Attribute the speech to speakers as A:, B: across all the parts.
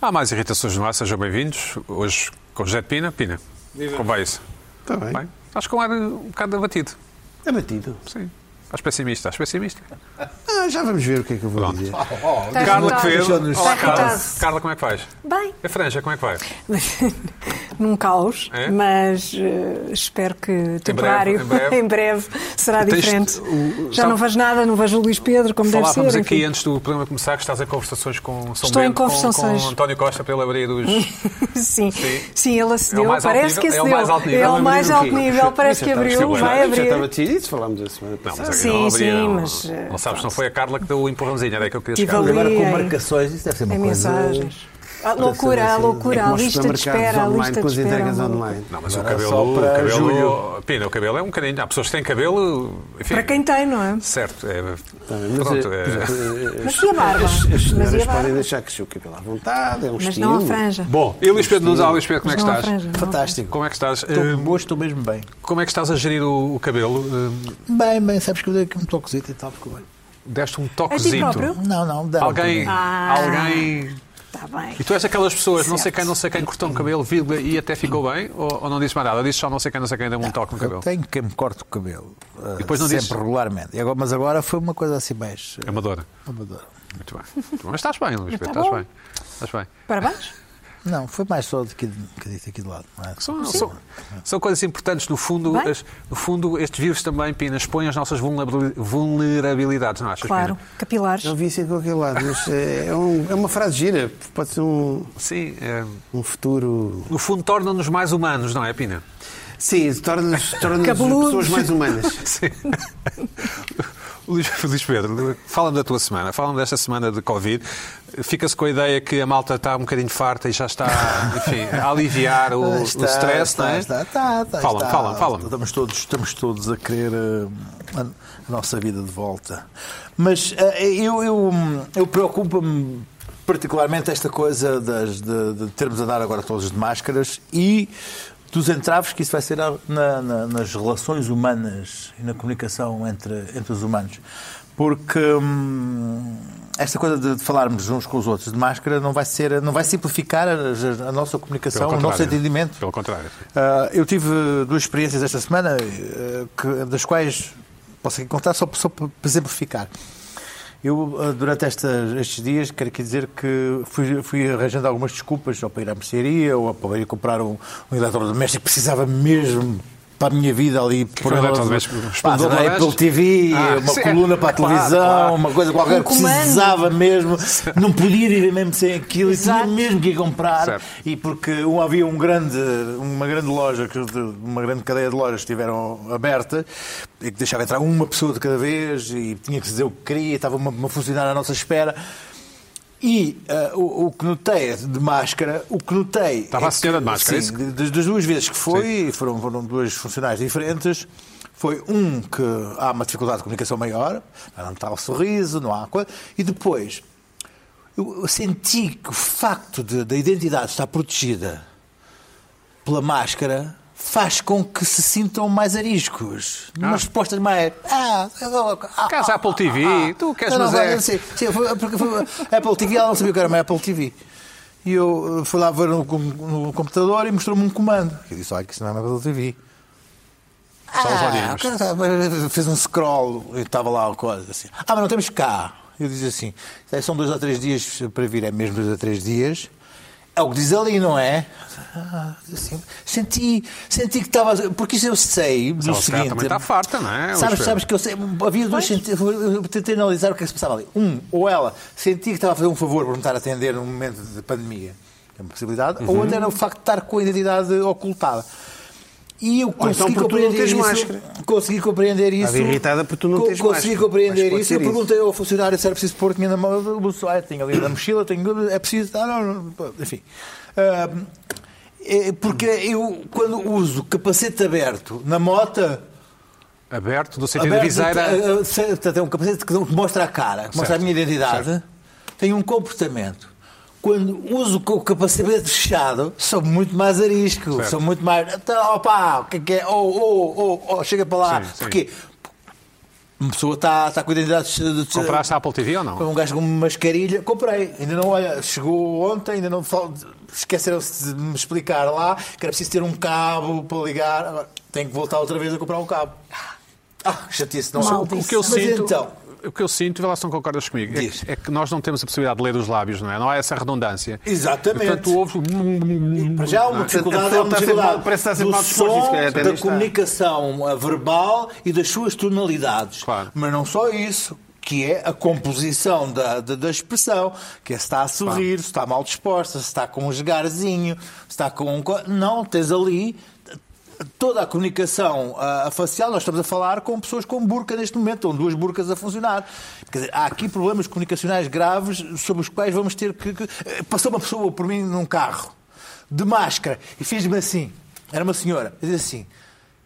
A: Há mais irritações no ar, sejam bem-vindos. Hoje com José de Pina. Pina,
B: Viva.
A: como vai isso?
C: Está Tá bem.
A: Bem? Acho que é um ar um bocado abatido.
C: É batido.
A: Sim. Estás pessimista, estás pessimista.
C: Ah, já vamos ver o que é que eu vou dizer.
D: Estás
A: Carla
D: irritado.
A: Quevedo.
D: Está
A: Olá, Carla.
D: irritado.
A: Carla, como é que vais?
D: Bem,
A: A Franja, como é que vai?
D: num caos,
A: É?
D: mas eh, espero que temporário,
A: em breve.
D: em breve, será
A: Tens-
D: diferente.
A: o-
D: Já
A: sabe-
D: não vejo nada, não vejo o Luís Pedro, como deve ser.
A: Falávamos aqui
D: enfim.
A: antes do programa começar que estás em conversações com São
D: um Estou em
A: Bento, com-
D: conversações.
A: com, António Costa para ele abrir os.
D: Sim.
A: Sim.
D: Sim. ele acedeu,
A: É o mais alto
D: parece que
A: nível- é o
D: acedeu.
A: mais alto nível. Ele
D: É o
C: Abrir
D: mais
C: o
D: alto
C: quê?
D: nível, parece
C: Já
D: que
C: estava
D: abriu,
C: decidido.
D: vai
C: Já estava
D: abrir.
C: decidido, isso falámos a semana passada.
A: aqui
D: Sim,
A: abria,
D: sim,
A: é não,
D: mas, eh,
A: não sabes, não
D: pronto.
A: foi a Carla que deu o empurrãozinho, era aí que eu queria
D: Tive
A: chegar.
D: ali-
E: Agora com
D: Ei.
E: marcações, isso deve ser uma
D: É
E: coisa.
D: mensagens.
C: é
D: A loucura, a
C: assim.
D: loucura, a
C: Como os
D: lista de
C: supermercados
D: espera, a
C: online,
D: lista
C: com
D: de
C: as entregas
D: espera.
C: online.
A: Não, mas o
E: Agora
A: cabelo,
E: só
A: o
E: para
A: cabelo
E: julho.
A: Pina, o cabelo é um bocadinho. Há pessoas que têm cabelo. Enfim,
D: Para quem tem, não é?
A: Certo, é.
C: Mas,
A: Pronto,
C: eh,
A: é-
C: por exemplo, eh,
D: Mas e a barba?
C: As, as
D: Mas e a
C: senhoras
D: barba?
C: podem deixar crescer o cabelo à vontade, é um
D: Mas
C: estilo.
D: não a franja.
A: Bom, e Luís Pedro Nunes, ah, Luís Pedro, como é que
D: Mas não há
A: estás?
D: franja, não há
E: Fantástico.
A: Como é que estás?
E: Estou
A: Hum,
E: moço, estou mesmo bem.
A: Como é que estás a gerir o, o cabelo? Hum,
E: Bem, bem, sabes que eu dei aqui um toquezito e tal, ficou bem.
A: Deste um
D: A ti
A: toquezito.
D: próprio?
E: Não, não, dá.
A: Alguém.
D: Ah.
A: Alguém.
D: Está bem.
A: E tu és aquelas pessoas, não sei
D: Certo.
A: quem, não sei quem, cortou um cabelo, vírgula, e até ficou bem? Ou, ou não disse mais nada? Disse só não sei quem, não sei quem, deu-me um toque no
E: Eu
A: cabelo.
E: tenho quem me corte o cabelo. ah,
A: depois não
E: sempre
A: dizes?
E: regularmente. E agora- mas agora foi uma coisa assim mais. ah,
A: Amadora.
E: amadora.
A: É Muito bem. Muito bem. Mas estás bem, Luís Pedro,
D: Tá
A: estás
D: bom.
A: bem. Estás bem.
D: Parabéns.
E: Não, foi mais só daqui, de- que dito aqui de lado. Não é?
A: São, são- são coisas importantes. No fundo,
D: Bem.
A: as- no fundo, estes vírus também, Pina, expõem as nossas vulnerabili- vulnerabilidades, não achas?
D: Claro,
A: Pina?
D: capilares.
C: Eu vi isso em qualquer lado, mas eh, é, um- é uma frase gira, pode ser um,
A: Sim. é,
C: um futuro.
A: no fundo, tornam-nos mais humanos, não é, Pina?
C: Sim, torna-nos torna
D: Cabeludo.
C: pessoas mais humanas.
A: Sim. Luís, Luís Pedro, fala-me da tua semana, fala-me desta semana de Covid. Fica-se com a ideia que a malta está um bocadinho farta e já está, enfim, a aliviar o, o
E: Está,
A: stress,
E: está,
A: não é?
E: Está, está, está,
A: Fala-me,
E: está.
A: fala-me, fala-me.
E: Estamos todos, estamos todos a querer eh, a, a nossa vida de volta. Mas eh, eu, eu, eu preocupo-me particularmente esta coisa das- de, de termos a dar agora todos de máscaras e dos entraves que isso vai ser na- na- nas relações humanas e na comunicação entre, entre os humanos. Porque hum, esta coisa de, de falarmos uns com os outros de máscara não vai, ser, não vai simplificar a, a nossa comunicação, o um nosso
A: contrário.
E: entendimento.
A: Pelo contrário.
E: Ah, eu tive duas experiências esta semana, eh, que- das quais posso aqui contar só, só para exemplificar. Eu, ah, durante estas- estes dias, quero aqui dizer que fui, fui arranjando algumas desculpas, ou para ir à mercearia, ou para ir comprar um, um eletrodoméstico que precisava mesmo para a minha vida ali. Por
A: um
E: ela-
A: eletrodoméstico?
E: Pá,
A: Os
E: da Apple
A: laranjas?
E: TV,
A: Ah,
E: uma
A: sim.
E: coluna para a
A: Claro,
E: televisão,
A: claro.
E: uma coisa qualquer
D: Um
E: que
D: comando.
E: precisava mesmo. Não podia viver mesmo sem aquilo, e tinha
D: Exato.
E: mesmo que ir comprar.
A: Certo.
E: E porque um- havia um grande, uma grande loja, que- de- uma grande cadeia de lojas que estiveram aberta e que deixava entrar uma pessoa de cada vez e tinha que dizer o que queria, estava uma, uma funcionária à nossa espera. E ah, o, o que notei de máscara, o que notei.
A: Estava
E: é
A: a senhora
E: que-
A: de máscara,
E: sim,
A: é
E: de- das, das duas vezes que foi, foram, foram duas funcionários diferentes. Foi um que há uma dificuldade de comunicação maior, não está o sorriso, não há coisa. E depois, eu eu senti que o facto de- da identidade estar protegida pela máscara faz com que se sintam mais ariscos. Umas respostas mais. Ah, ah,
A: Casa Apple TV, tu queres
E: não, não,
A: mas é-
E: vai- sim, sim, foi- porque foi- Apple TV, ela não sabia o que era uma Apple TV. E eu eh, fui lá ver no, com- no computador e mostrou-me um comando. Eu disse: olha, que isso não é uma Apple TV.
A: Só os olhinhos.
E: Ah, o cara estava- fez um scroll e estava lá o coisa assim. Ah, mas não temos cá. Eu dizia assim: "Isso são dois ou três dias para vir, é mesmo dois ou três dias. É o que diz ali, não é? Ah, assim, senti, senti que estava. Porque isso eu sei do
A: Ela se calhar
E: seguinte.
A: também está farta, não é? Luís
E: Sabes,
A: Pedro?
E: sabes que eu sei, havia dois sentidos. Eu tentei analisar o que é que se passava ali. Um, ou ela sentia que estava a fazer um favor por me estar a atender num momento de pandemia, que é uma possibilidade,
C: Uhum.
E: ou outra era o facto de estar com a identidade ocultada. E eu consegui
C: então porque tu não
E: compreender
C: tens
E: isso.
C: máscara.
E: Consegui compreender isso.
C: irritada porque tu não tens
E: Consegui
C: máscara, mas
E: compreender
C: pode
E: isso.
C: ser
E: Eu
C: isso.
E: perguntei ao funcionário se era preciso pôr, tinha na mão, ah, tenho ali na mochila, tenho, é preciso, ah, não, não, pô, enfim. Ah, é porque eu, quando uso capacete aberto na mota,
A: Aberto, no sentido da
E: Aberto,
A: viseira.
E: eh, eh, se- Portanto, é um capacete que não- que mostra a cara, que mostra a
A: Certo.
E: minha identidade, tem um comportamento. Quando uso com o capacete fechado, sou muito mais arisco,
A: Certo.
E: sou muito mais. Então, opa, o que é que é? Oh, oh, oh, oh, chega para lá.
A: Sim, sim.
E: Porquê? Uma pessoa está, está com a identidade. de- de-
A: Compraste a Apple TV ou não?
E: Um gajo com uma mascarilha. Comprei, ainda não, olha, chegou ontem, ainda não. fal- Esqueceram-se de me explicar lá que era preciso ter um cabo para ligar. Agora, Tenho que voltar outra vez a comprar um cabo. Ah, chatice, não
D: Mal
E: sou-
A: O que eu
E: Mas
A: sinto.
E: então,
A: O que eu sinto, vê lá se não concordas comigo, é
E: Diz.
A: que, é que nós não temos a possibilidade de ler os lábios, não é? Não há essa redundância.
E: Exatamente.
A: Portanto, tu ouves. um, o-
E: Para já há uma
B: A pessoa
E: dificuldade, há uma
B: está sempre
E: dificuldade
B: mal- parece estar sempre
E: do
B: mal disposto,
E: som,
B: isso é, até
E: da
B: nem está.
E: comunicação eh, verbal e das suas tonalidades.
A: Claro.
E: Mas não só isso, que é a composição da, da, da expressão, que é se está a sorrir, se está mal disposta, se está com um esgarzinho, se está com um... co- Não, tens ali... Toda a comunicação ah, facial, nós estamos a falar com pessoas com burca neste momento, ou duas burcas a funcionar. Quer dizer, há aqui problemas comunicacionais graves sobre os quais vamos ter que. que- eh, Passou uma pessoa por mim num carro de máscara e fez-me assim. Era uma senhora. Eu disse assim: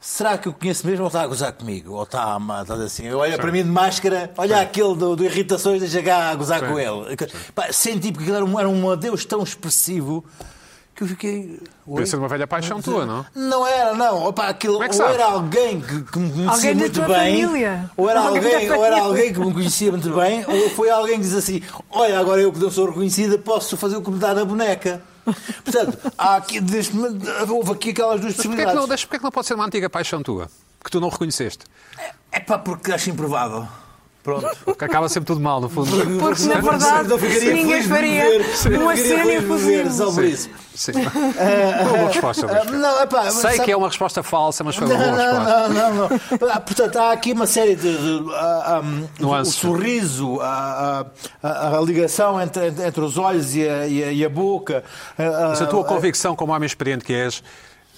E: será que eu conheço mesmo ou está a gozar comigo? Ou está a ma- está a dizer assim? Eu olha para mim de máscara, olha aquele do, do Irritações, deixa cá a gozar com ele. Pá, senti porque aquilo era um, era um adeus tão expressivo que eu fiquei. "Oi?" eh,
A: Deve ser uma velha paixão tua, não?
E: Não era, não. Opa, aquilo,
A: Como é que
E: ou
A: sabes?
E: era alguém que, que me conhecia
D: Alguém da
E: muito
D: tua
E: bem,
D: família.
E: ou era
D: Alguém da
E: alguém, ou era
D: família.
E: alguém que me conhecia muito bem, ou foi alguém que diz assim: Olha, agora eu que não sou reconhecida, posso fazer o que me dá na boneca. Portanto, há aqui, neste momento, houve aqui aquelas duas
A: Mas porquê é, que não,
E: possibilidades.
A: deixa- porquê é que não pode ser uma antiga paixão tua? Que tu não reconheceste.
E: É pá, porque acho improvável. Pronto.
A: Porque acaba sempre tudo mal, no fundo.
D: Porque, na verdade,
E: Não ficaria
D: ninguém
E: feliz de
D: faria
E: me ver.
D: uma
E: Não
D: cena
E: ficaria feliz de me ver
D: impossível.
E: só por isso.
A: Sim. Uma boa resposta, Luís.
E: Ah, Não, é pá,
A: Sei
E: sabe-
A: que é uma resposta falsa, mas foi uma boa
E: Não,
A: resposta.
E: não, não, não, não. Ah, Portanto, há aqui uma série de. de, ah, ah, o
A: Nuances.
E: sorriso, a, a- a- a ligação entre, entre os olhos e a, e a- e a boca. ah,
A: Mas a tua
E: ah,
A: convicção, como homem experiente que és,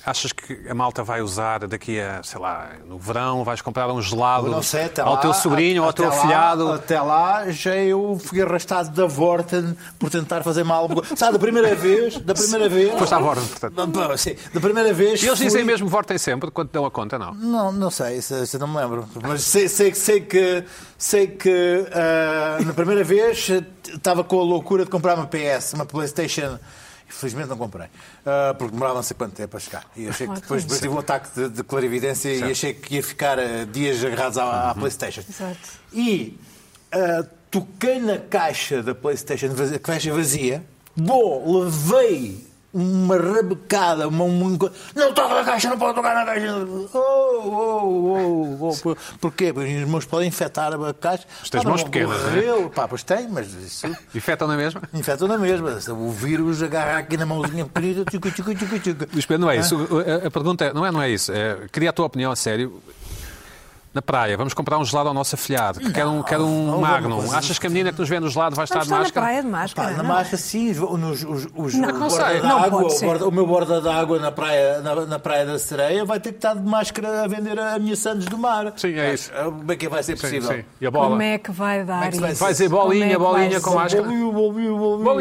A: achas que a malta vai usar daqui a, sei lá, no verão, vais comprar um gelado
E: não sei, até
A: ao
E: lá,
A: teu sobrinho ou ao
E: até
A: teu
E: lá-
A: afilhado?
E: Até lá já eu fui arrastado da Vorten por tentar fazer mal. alguma coisa. Sabe, da primeira vez. Da primeira vez.
A: Foste à Vorten, portanto.
E: Ah, pá, Sim, da primeira vez.
A: E eles
E: fui-
A: dizem mesmo votem sempre, quando dão a conta, não.
E: Não, não sei, isso, isso eu não me lembro. Mas sei, sei, sei que, sei que ah, na primeira vez eh, estava com a loucura de comprar uma PS, uma PlayStation. Infelizmente não comprei, ah, porque demorava não sei quanto tempo a chegar. E achei que
D: Ah, claro.
E: depois, depois tive um ataque de, de clarividência e achei que ia ficar ah, dias agarrados à, à
A: Uhum.
E: PlayStation.
D: Exato.
E: E ah, toquei na caixa da PlayStation, vazia- caixa vazia, bom, levei uma rabecada, uma. um- Não toca na caixa, não pode tocar na caixa. Oh, oh, oh, oh. por- Porquê? Porque as mãos podem infectar a caixa.
A: Mas tens
E: Pá,
A: mãos
E: mas
A: pequenas, não é?
E: morreu. Pá, pois tem, mas isso.
A: Infetam na mesma?
E: Infetam na mesma. O vírus agarra aqui na mãozinha pequenita. Tchucu, tchucu, tchucu, tchucu.
A: Luís Pedro, não é isso. A- A, a pergunta é, não é, não é isso. É, queria a tua opinião, a sério. Na praia, vamos comprar um gelado ao nosso afilhado, que quer um, quer um
E: não,
A: magnum.
E: vamos-
A: Achas que a menina que nos vê no gelado vai estar
D: Vamos
A: de
D: estar
A: máscara?
D: na praia de
E: Pá,
D: máscara.
E: na
D: Ah, não? é?
E: marcha sim, os, os, os, os
D: Não,
E: o
D: não
E: borda
D: sei.
E: da
D: Não
E: água,
D: pode
E: o,
D: ser.
E: borda, o meu borda da água na praia, na, na praia da Sereia vai ter que estar de máscara a vender a minha Santos do Mar.
A: Sim, é isso.
E: Como é que vai ser
A: Sim,
E: possível?
A: sim. E a bola?
D: Como é que vai dar
E: é que vai
D: isso?
A: Vai dizer bolinha,
D: Como é que
A: bolinha
D: vai
A: com
D: ser?
A: máscara.
E: Bolinha, bolinha, bolinha.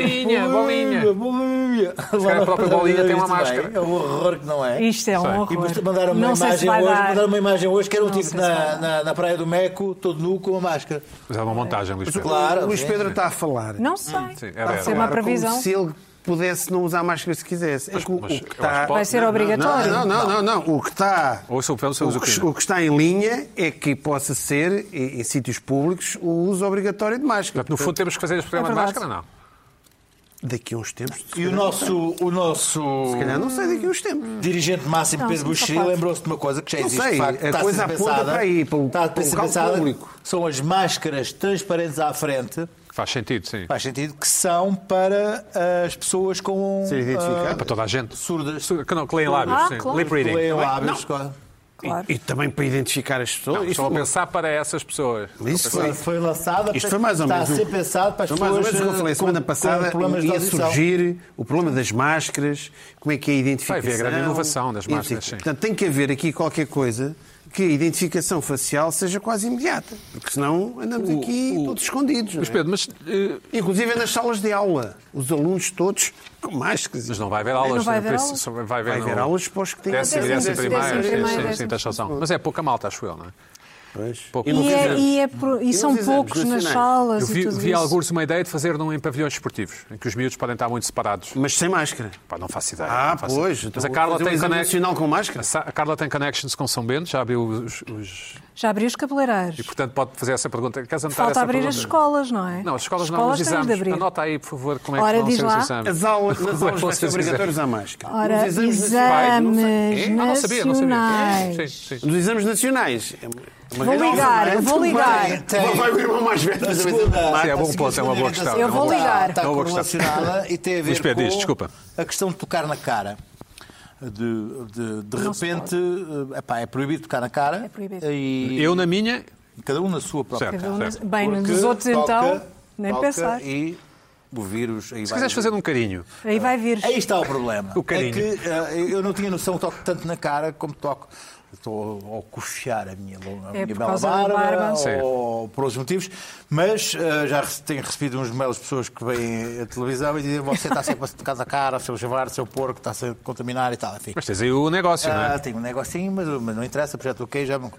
A: Bolinha, bolinha.
E: Bolinha.
A: calhar a própria bolinha tem uma
E: Isto bem,
A: máscara.
E: É um horror que não é.
D: Isto é
A: Sei.
D: um
E: E
D: horror.
E: mandaram uma,
D: não sei se
E: imagem
D: vai
E: hoje,
D: dar.
E: mandaram uma imagem hoje que era um
D: Não
E: tipo
D: sei se vai
E: na,
D: dar.
E: na, na praia do Meco, todo nu com uma máscara.
A: Mas é uma montagem, Luís Pedro.
E: Claro,
B: O Luís
C: Ah,
E: sim.
C: é?
B: Pedro está a falar.
D: Não sei.
A: Sim, era,
B: Está a
A: era.
D: Isso é uma
B: falar como
D: previsão.
B: Se ele pudesse não usar máscara se quisesse. É que o-
A: mas
B: o que
A: eu acho
B: está-
A: que pode- Vai
D: ser
B: Não, não,
D: obrigatório.
B: Não, não, não, não. O que está.
A: Ou se o Pedro, se usa
B: o que-
A: o que-
B: o que está em linha é que possa ser, em, em sítios públicos, o uso obrigatório de máscara.
A: Portanto, no fundo temos que fazer este programa de
D: verdade.
A: máscara, não?
B: Daqui a uns tempos. Se
E: E o nosso, o nosso
B: calhar não sei daqui a uns tempos.
E: dirigente máximo
D: Não,
E: Pedro
D: são
E: Buxi
D: sapatos.
E: lembrou-se de uma coisa que já
B: Não
E: existe.
B: sei,
E: de facto,
B: a
E: está
B: coisa
E: ser
B: aponta
E: pensada,
B: para aí, para o-
E: está a
B: para o
E: ser
B: local
E: pensada,
B: público.
E: São as máscaras transparentes à frente,
A: Que Faz sentido, sim.
E: faz sentido, que são para as pessoas com.
B: Ser identificado.
E: ah,
A: Para toda a gente.
E: surdas.
A: Que não, que leem lábios.
D: Ah,
A: sim.
D: claro.
A: Lip reading.
E: Leem lábios. claro.
D: Claro.
B: E, e também para identificar as pessoas.
A: Não,
B: Isto-
A: Estou a pensar para essas pessoas.
B: Isso
E: Foi,
B: foi.
E: foi lançada.
B: Isto foi mais ou
E: está
B: menos.
E: a
B: o-
E: ser pensado para as
B: foi
E: pessoas.
B: mais ou menos o que eu falei
E: eh,
B: semana
E: com-
B: passada.
E: com problemas de
B: ia
E: audição.
B: surgir o problema das máscaras, como é que é a identificação.
A: Vai haver grande inovação das
B: e não
A: máscaras,
B: sei o quê.
A: sim.
B: Portanto, tem que haver aqui qualquer coisa que a identificação facial seja quase imediata, porque senão andamos aqui todos escondidos. não é?
A: Mas Pedro, mas, eh,
B: Inclusive nas salas de aula, os alunos todos com máscaras.
A: mas não vai haver aulas.
D: Não vai
A: né?
D: haver
A: Por isso,
D: aulas.
A: só vai haver,
B: Vai haver
A: no-
B: aulas para os que têm
A: Décimo,
D: Décimo,
A: décimo
D: décimo
A: primeiro.
D: primeiro,
A: Sim, sim,
D: décimo
A: sim, tens razão. Mas é pouca malta, acho eu, não é?
B: Pois.
A: Pouco.
B: E
D: E,
B: nos
D: é-
B: exames.
D: e é pro- e
B: E
D: são
B: nos exames
D: poucos nas
B: nacionais?
D: salas
A: Eu
D: e
A: vi,
D: tudo
A: vi
D: isso.
A: alguns uma ideia de fazer num em pavilhões esportivos, em que os miúdos podem estar muito separados.
B: Mas sem máscara.
A: Pá, não faço ideia.
B: Ah,
A: não faço
B: pois,
A: ideia.
B: então
A: Mas a
B: vou
A: Carla,
B: fazer um
A: tem
B: exame
A: conne-
B: nacional com máscara?
A: A Sa- a Carla tem connections com São Bento, já abriu os. os-
D: Já abri os cabeleireiros.
A: E, portanto, pode fazer essa pergunta. Queres anotar
D: Falta
A: essa
D: abrir
A: pergunta?
D: as escolas, não é?
A: Não, as escolas, não,
D: escolas
A: os
D: têm de
A: exames.
D: abrir.
A: Anota aí, por favor, como é que
D: Ora,
A: vão
D: diz
A: ser
D: lá.
A: os exames.
B: As aulas,
A: Como é
B: nas
A: que
B: aulas
A: vão
B: vai
A: ser
B: ser
A: os
B: obrigatórios a máscara.
D: Ora,
B: Nos
D: exames,
B: exames
A: É?
B: nacionais.
A: Ah, não sabia, não sabia. É,
D: nacionais.
A: Sim, sim.
B: Nos exames nacionais. é uma-
D: Vou
B: uma-
D: ligar, vou
E: Também
D: ligar.
E: tem-
B: Vai o irmão mais velho
E: A
B: fazer o
E: segunda-
B: exame de
A: Sim, é
E: a
A: bom
E: segunda
A: ponto, é uma boa questão.
E: alimentação
D: Eu vou ligar.
E: Está
A: É uma boa
E: correlacionada e tem a ver
A: Luís Pedro,
E: com
A: diz, desculpa.
E: a questão de tocar na cara. De, de, de
D: Não se
E: repente, eh, epá, é proibido tocar na cara.
D: É proibido.
E: E
A: Eu na minha,
E: Cada um na sua própria
A: Certo.
E: cara.
D: Cada um nas- Bem,
E: Porque
D: nos outros
E: toca-
D: então, nem
E: toca
D: pensar.
E: E o vírus. Aí
A: se quiseres fazer um carinho.
D: Aí vai vir.
E: Aí está o problema.
A: O carinho.
E: É que eh, eu não tinha noção que toco tanto na cara como toco. Estou ao cochear a minha, longa- a
D: É
E: minha
D: por
E: bela
D: causa da
E: barba,
D: barba.
A: Sim.
E: ou por outros motivos, mas eh, já rece- tenho recebido uns mails de pessoas que vêm à televisão e dizem você está sempre a se tocar na cara, seu javar, seu porco está sempre a contaminar e tal. Enfim.
A: Mas tens aí o negócio, não
E: Ah,
A: é?
E: tenho um negocinho, mas, mas não interessa, porque já toquei, já não.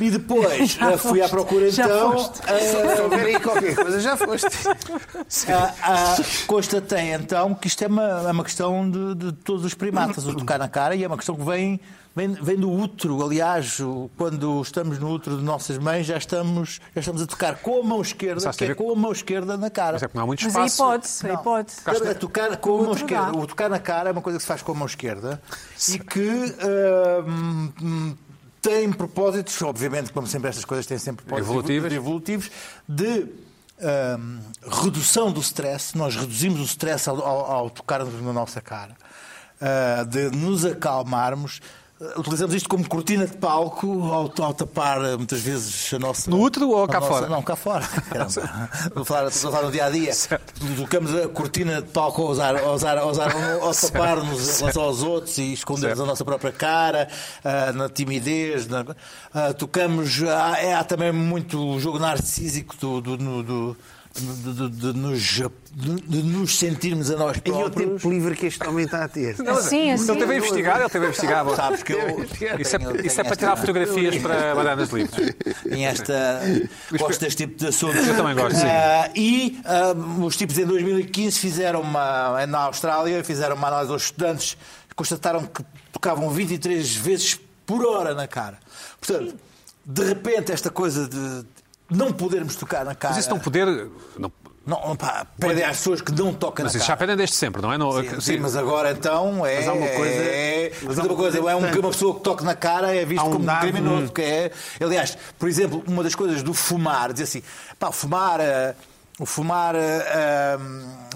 E: E depois eh, fui à
D: foste,
E: procura
D: já
E: então.
D: foste.
E: eh,
B: Se houver aí qualquer coisa, já foste.
E: Ah, ah, constatei então que isto é uma, é uma questão de, de todos os primatas, o tocar na cara, e é uma questão que vem, vem, vem do útero. Aliás, o- quando estamos no útero de nossas mães, já estamos, já estamos a tocar com a mão esquerda,
A: Sabes
E: que é
A: ter-
E: com a mão esquerda na cara.
A: Mas é porque não há muito
D: Mas aí
A: espaço.
D: pode-se, aí pode
E: A É tocar com a mão
D: útero
E: esquerda.
D: dá.
E: O tocar na cara é uma coisa que se faz com a mão esquerda e que ah, hum, hum, tem propósitos, obviamente, como sempre estas coisas têm sempre propósitos
A: Evolutivos.
E: evolutivos de hum, redução do stress. Nós reduzimos o stress ao, ao, ao tocarmos na nossa cara, ah, de nos acalmarmos. Ah, Utilizamos isto como cortina de palco ao, ao tapar ah, muitas vezes a nossa.
A: No útero ou
E: a
A: cá
E: nossa-
A: fora?
E: Não, cá fora. Caramba. Estou a falar, estou a falar no dia a dia. Colocamos a cortina de palco ao usar, ao usar, ao usar, ao tapar-nos em relação aos outros e escondemos
A: Certo.
E: a nossa própria cara, ah, na timidez. na- ah, tocamos. ah, é, há também muito o jogo narcísico do. do, do- do- de, de- de- de nos, de- de nos sentirmos a nós
B: E o
E: próprios.
B: tempo livre que este homem está a ter.
A: Não,
D: Assim, assim.
A: Ele teve a investigar, ele teve a investigar. bom.
E: Sabes que eu.
A: Isso é,
E: tenho- tenho
A: isso é para
E: esta-
A: tirar fotografias para bananas livres.
E: em esta. Gosto deste tipo de assuntos.
A: Eu também gosto, sim.
E: Ah, e ah, os tipos em 2015 fizeram uma. é na Austrália, fizeram uma análise aos estudantes, constataram que tocavam 23 vezes por hora na cara. Portanto, de repente, esta coisa de não podermos tocar na cara.
A: Mas isso não poder. Não,
E: Não, pá, pedem às pessoas que não tocam
A: mas
E: na
A: isso já
E: cara.
A: pedem desde sempre, não é? Não,
E: Sim,
A: sim,
E: sim, mas agora então é.
B: Mas há uma coisa-
E: É,
B: mas
E: mas
B: há
E: uma
B: uma
E: coisa,
B: coisa
E: é um,
B: importante.
E: uma pessoa que toca na cara é visto
B: Há um
E: como um
B: dado-
E: criminoso. Que é, aliás, por exemplo, uma das coisas do fumar, dizer assim, pá, fumar. eh, o fumar eh, eh,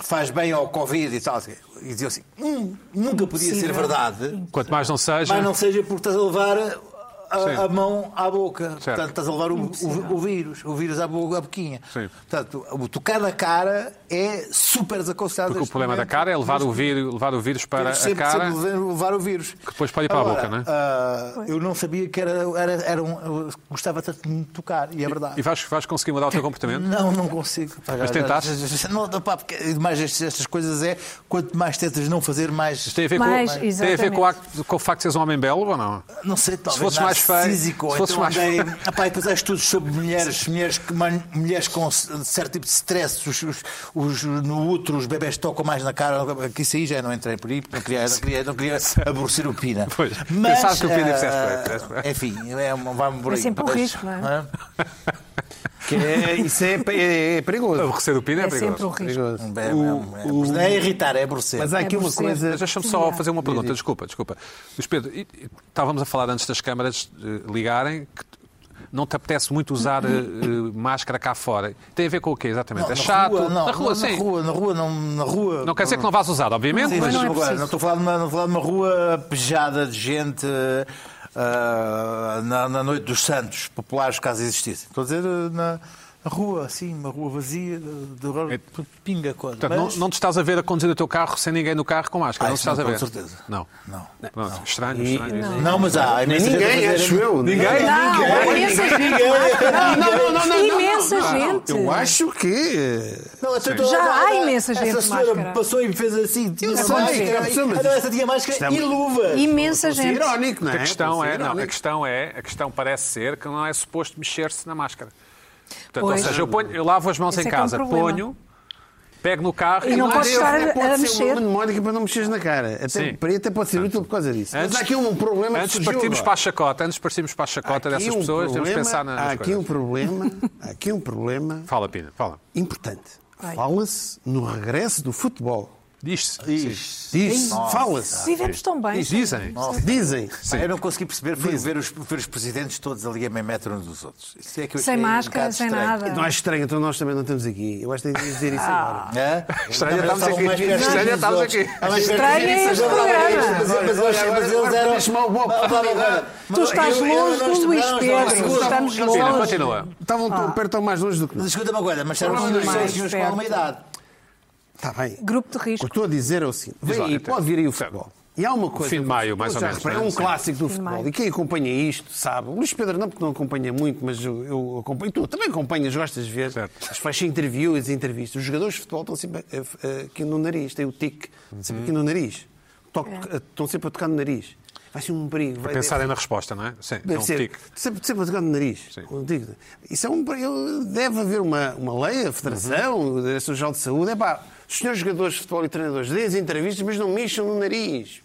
E: faz bem ao Covid e tal. assim, E diziam assim, "Hum, nunca podia ser
D: Possível.
E: verdade,
A: Quanto mais não seja.
E: mas não seja porque estás a levar a,
A: Sim.
E: a mão à boca. Portanto, estás a levar o, o- o vírus, o vírus à, bo- à boquinha.
A: Sim.
E: Portanto, o tocar na cara é super desaconselhado.
A: Porque o
E: neste
A: problema da
E: momento.
A: cara é levar o vírus, levar o vírus para
E: Temos
A: a
E: sempre,
A: cara.
E: sempre levar- levar o vírus. Que
A: depois pode ir para a boca, não é?
E: eu não sabia que era, era, era um. eu Gostava tanto de me tocar, e é verdade.
A: E vais, vais conseguir mudar o teu comportamento?
E: Não, não consigo. Pá,
A: Mas
E: já-
A: tentaste?
E: já- já- já- Não, não, pá, porque mais estas, estas coisas é quanto mais tentas não fazer, mais.
A: Isto é tem a ver,
D: Mais,
A: com, tem a ver com, o acto- com o facto de seres um homem belo ou não?
E: Não sei, talvez
A: fosses mais feio,
E: narcísico, ou
A: se fosses
E: então
A: mais
E: andei-
A: feio.
E: Epá, e depois há estudos sobre mulheres, mulheres, que man- mulheres com c- certo tipo de stress, os, os- os- no útero os bebés tocam mais na cara, que isso aí já não entrei por aí, porque não queria, não queria, não queria aborrecer o Pina.
A: Pois, pensaste que o Pina é disseste bem.
E: ah, Enfim, é uma- vai-me por
D: É
E: aí.
D: sempre um
E: Mas, eh,
D: risco, não é?
B: Que é- isso é, é- é perigoso.
A: Aborrecer o pino é,
D: É
A: perigoso.
D: sempre um risco.
B: perigoso.
E: É, é um- é um- é irritar, é aborrecer.
B: Mas há aqui uma
D: aborrecer.
B: coisa.
A: Mas deixa-me só fazer
E: é.
A: uma pergunta, desculpa, desculpa. Luís Pedro, e- e estávamos a falar antes das câmaras eh, ligarem que t- não te apetece muito usar eh, eh, máscara cá fora. Tem a ver com o quê, exatamente? é
E: na
A: chato?
E: Rua, não,
A: na rua,
E: na,
A: sim.
E: rua, na rua, não, na rua.
A: Não quer dizer que não vás usar, obviamente,
E: Sim,
A: mas
E: mas
D: não é
E: agora,
D: preciso.
E: não estou a falar de uma, não estou a falar de uma rua pejada de gente ah, na, na Noite dos Santos, populares, caso existisse. Estou a dizer ah, na, A rua, assim, uma rua vazia, de, de, de pinga coisa.
A: Portanto, não,
E: Mas-
A: não te estás a ver a conduzir o teu carro sem ninguém no carro com máscara.
E: Ah,
A: não te
E: isso
A: estás
E: não,
A: a ver.
E: com certeza.
A: Não.
E: Não.
A: Pronto, Estranho, estranho. isso.
E: Não, mas há imensa gente a
B: Ninguém,
E: fazer-
B: acho eu. é?
A: Ninguém?
D: Não, há imensa gente. Não, não, não, não. Imensa gente.
B: Eu acho que. eh,
E: Não, até toda
D: Já
E: a-
D: há imensa gente
E: Essa
D: de
E: senhora
D: máscara.
E: passou e fez assim. tinha
D: sei,
E: máscara,
D: é
B: possível, mas
E: Ah, não, essa tinha
B: isto
E: máscara
B: é
E: e
B: muito-
E: luvas.
D: Imensa
B: Isso é
D: gente.
B: irónico, não é?
A: A questão
B: Isso
A: é, não, a
B: irónico.
A: questão é, a questão parece ser que não é suposto mexer-se na máscara. Portanto, ou
D: Pois.
A: seja, eu, ponho- eu lavo as mãos
D: Esse
A: em
D: é que é um
A: casa,
D: problema.
A: ponho, pego no carro
D: E não
A: lá
D: podes
A: devo.
D: estar a-
B: Até
D: a
B: pode ser
D: mexer.
B: uma mnemónica para não mexeres na cara. Até
A: Sim.
B: para até pode ser útil por causa disso.
A: Antes-
B: mas há aqui um problema que
A: Antes
B: surgiu
A: partimos
B: agora.
A: para a chacota, antes partimos para a
B: Há
A: chacota
B: aqui
A: dessas
B: um
A: pessoas, temos que
B: problema-
A: pensar nas
B: Há
A: nas
B: aqui
A: coisas.
B: um problema, há aqui um problema
A: Fala, Pina, fala.
B: importante.
D: Ai.
B: Fala-se no regresso do futebol.
A: Diz-se. Sim.
B: Diz, fala-se.
D: Vivemos tão bem.
A: Diz- Dizem.
B: Dizem.
E: Pá, Eu não consegui perceber, foi ver os, ver os presidentes todos ali a meio metro uns dos outros. Isso é que eu
D: Sem
E: achei um
D: máscara,
E: bocado
D: sem
E: estranho.
D: nada.
B: Não é estranho, então nós também não estamos aqui. Eu acho que tenho que dizer isso agora.
E: Hã?
A: Estranho,
E: Eles
A: estamos aqui.
E: estavam É?
A: Estranho,
E: mais perto uns dos
A: estamos
E: outros.
A: aqui.
E: Ah, mas
D: Estranho é
E: perto
D: este
E: dos outros,
D: programa.
E: mas- mas- mas- mas eles eram-
B: Deixa-me ao bobo.
E: Ah, blá, blá, blá.
D: Tu estás
E: Eu- eu- eu-
D: longe
E: nós
D: do Luís
E: estamos- nós
D: Pedro.
E: estamos-
D: Estamos
A: Pina,
D: longe.
A: continua.
B: Estavam tão perto, tão mais longe do que
E: Mas
B: nós.
E: escuta uma coisa, mas eram
D: Estamos
E: dois
D: mais
E: senhores com
D: perto.
E: alguma idade.
B: Está Tá bem.
D: Grupo de
B: O que eu
D: risco.
B: estou a dizer é o seguinte: vem
A: lá,
B: aí,
A: então.
B: pode vir aí o futebol. E há uma coisa.
A: Fim de maio, mais
B: Eu
A: ou
B: já
A: menos,
B: reparei,
A: não é?
B: É um clássico do
D: de
B: futebol.
D: maio.
B: E quem acompanha isto sabe. O Luís Pedro não, porque não acompanha muito, mas eu, eu acompanho. Tu também acompanhas, gostas de ver.
A: Certo.
B: As faz interviews, entrevistas. Os jogadores de futebol estão sempre eh, eh, aqui no nariz. Tem o tique,
A: Uhum.
B: sempre aqui no nariz. Toc-
D: É.
B: eh, Estão sempre a tocar no nariz. Vai ser um perigo. Vai
A: Pensarem na resposta, não é? Sim, é
B: Deve
A: um
B: ser.
A: tique.
B: Sempre, sempre a tocar no nariz.
A: Sim.
B: Um tique. Isso é um. eu- Deve haver uma, uma lei, a Federação,
A: Uhum.
B: a Direção-Geral de Saúde. É pá, os senhores jogadores de futebol e treinadores, dêem as entrevistas, mas não mexam no nariz.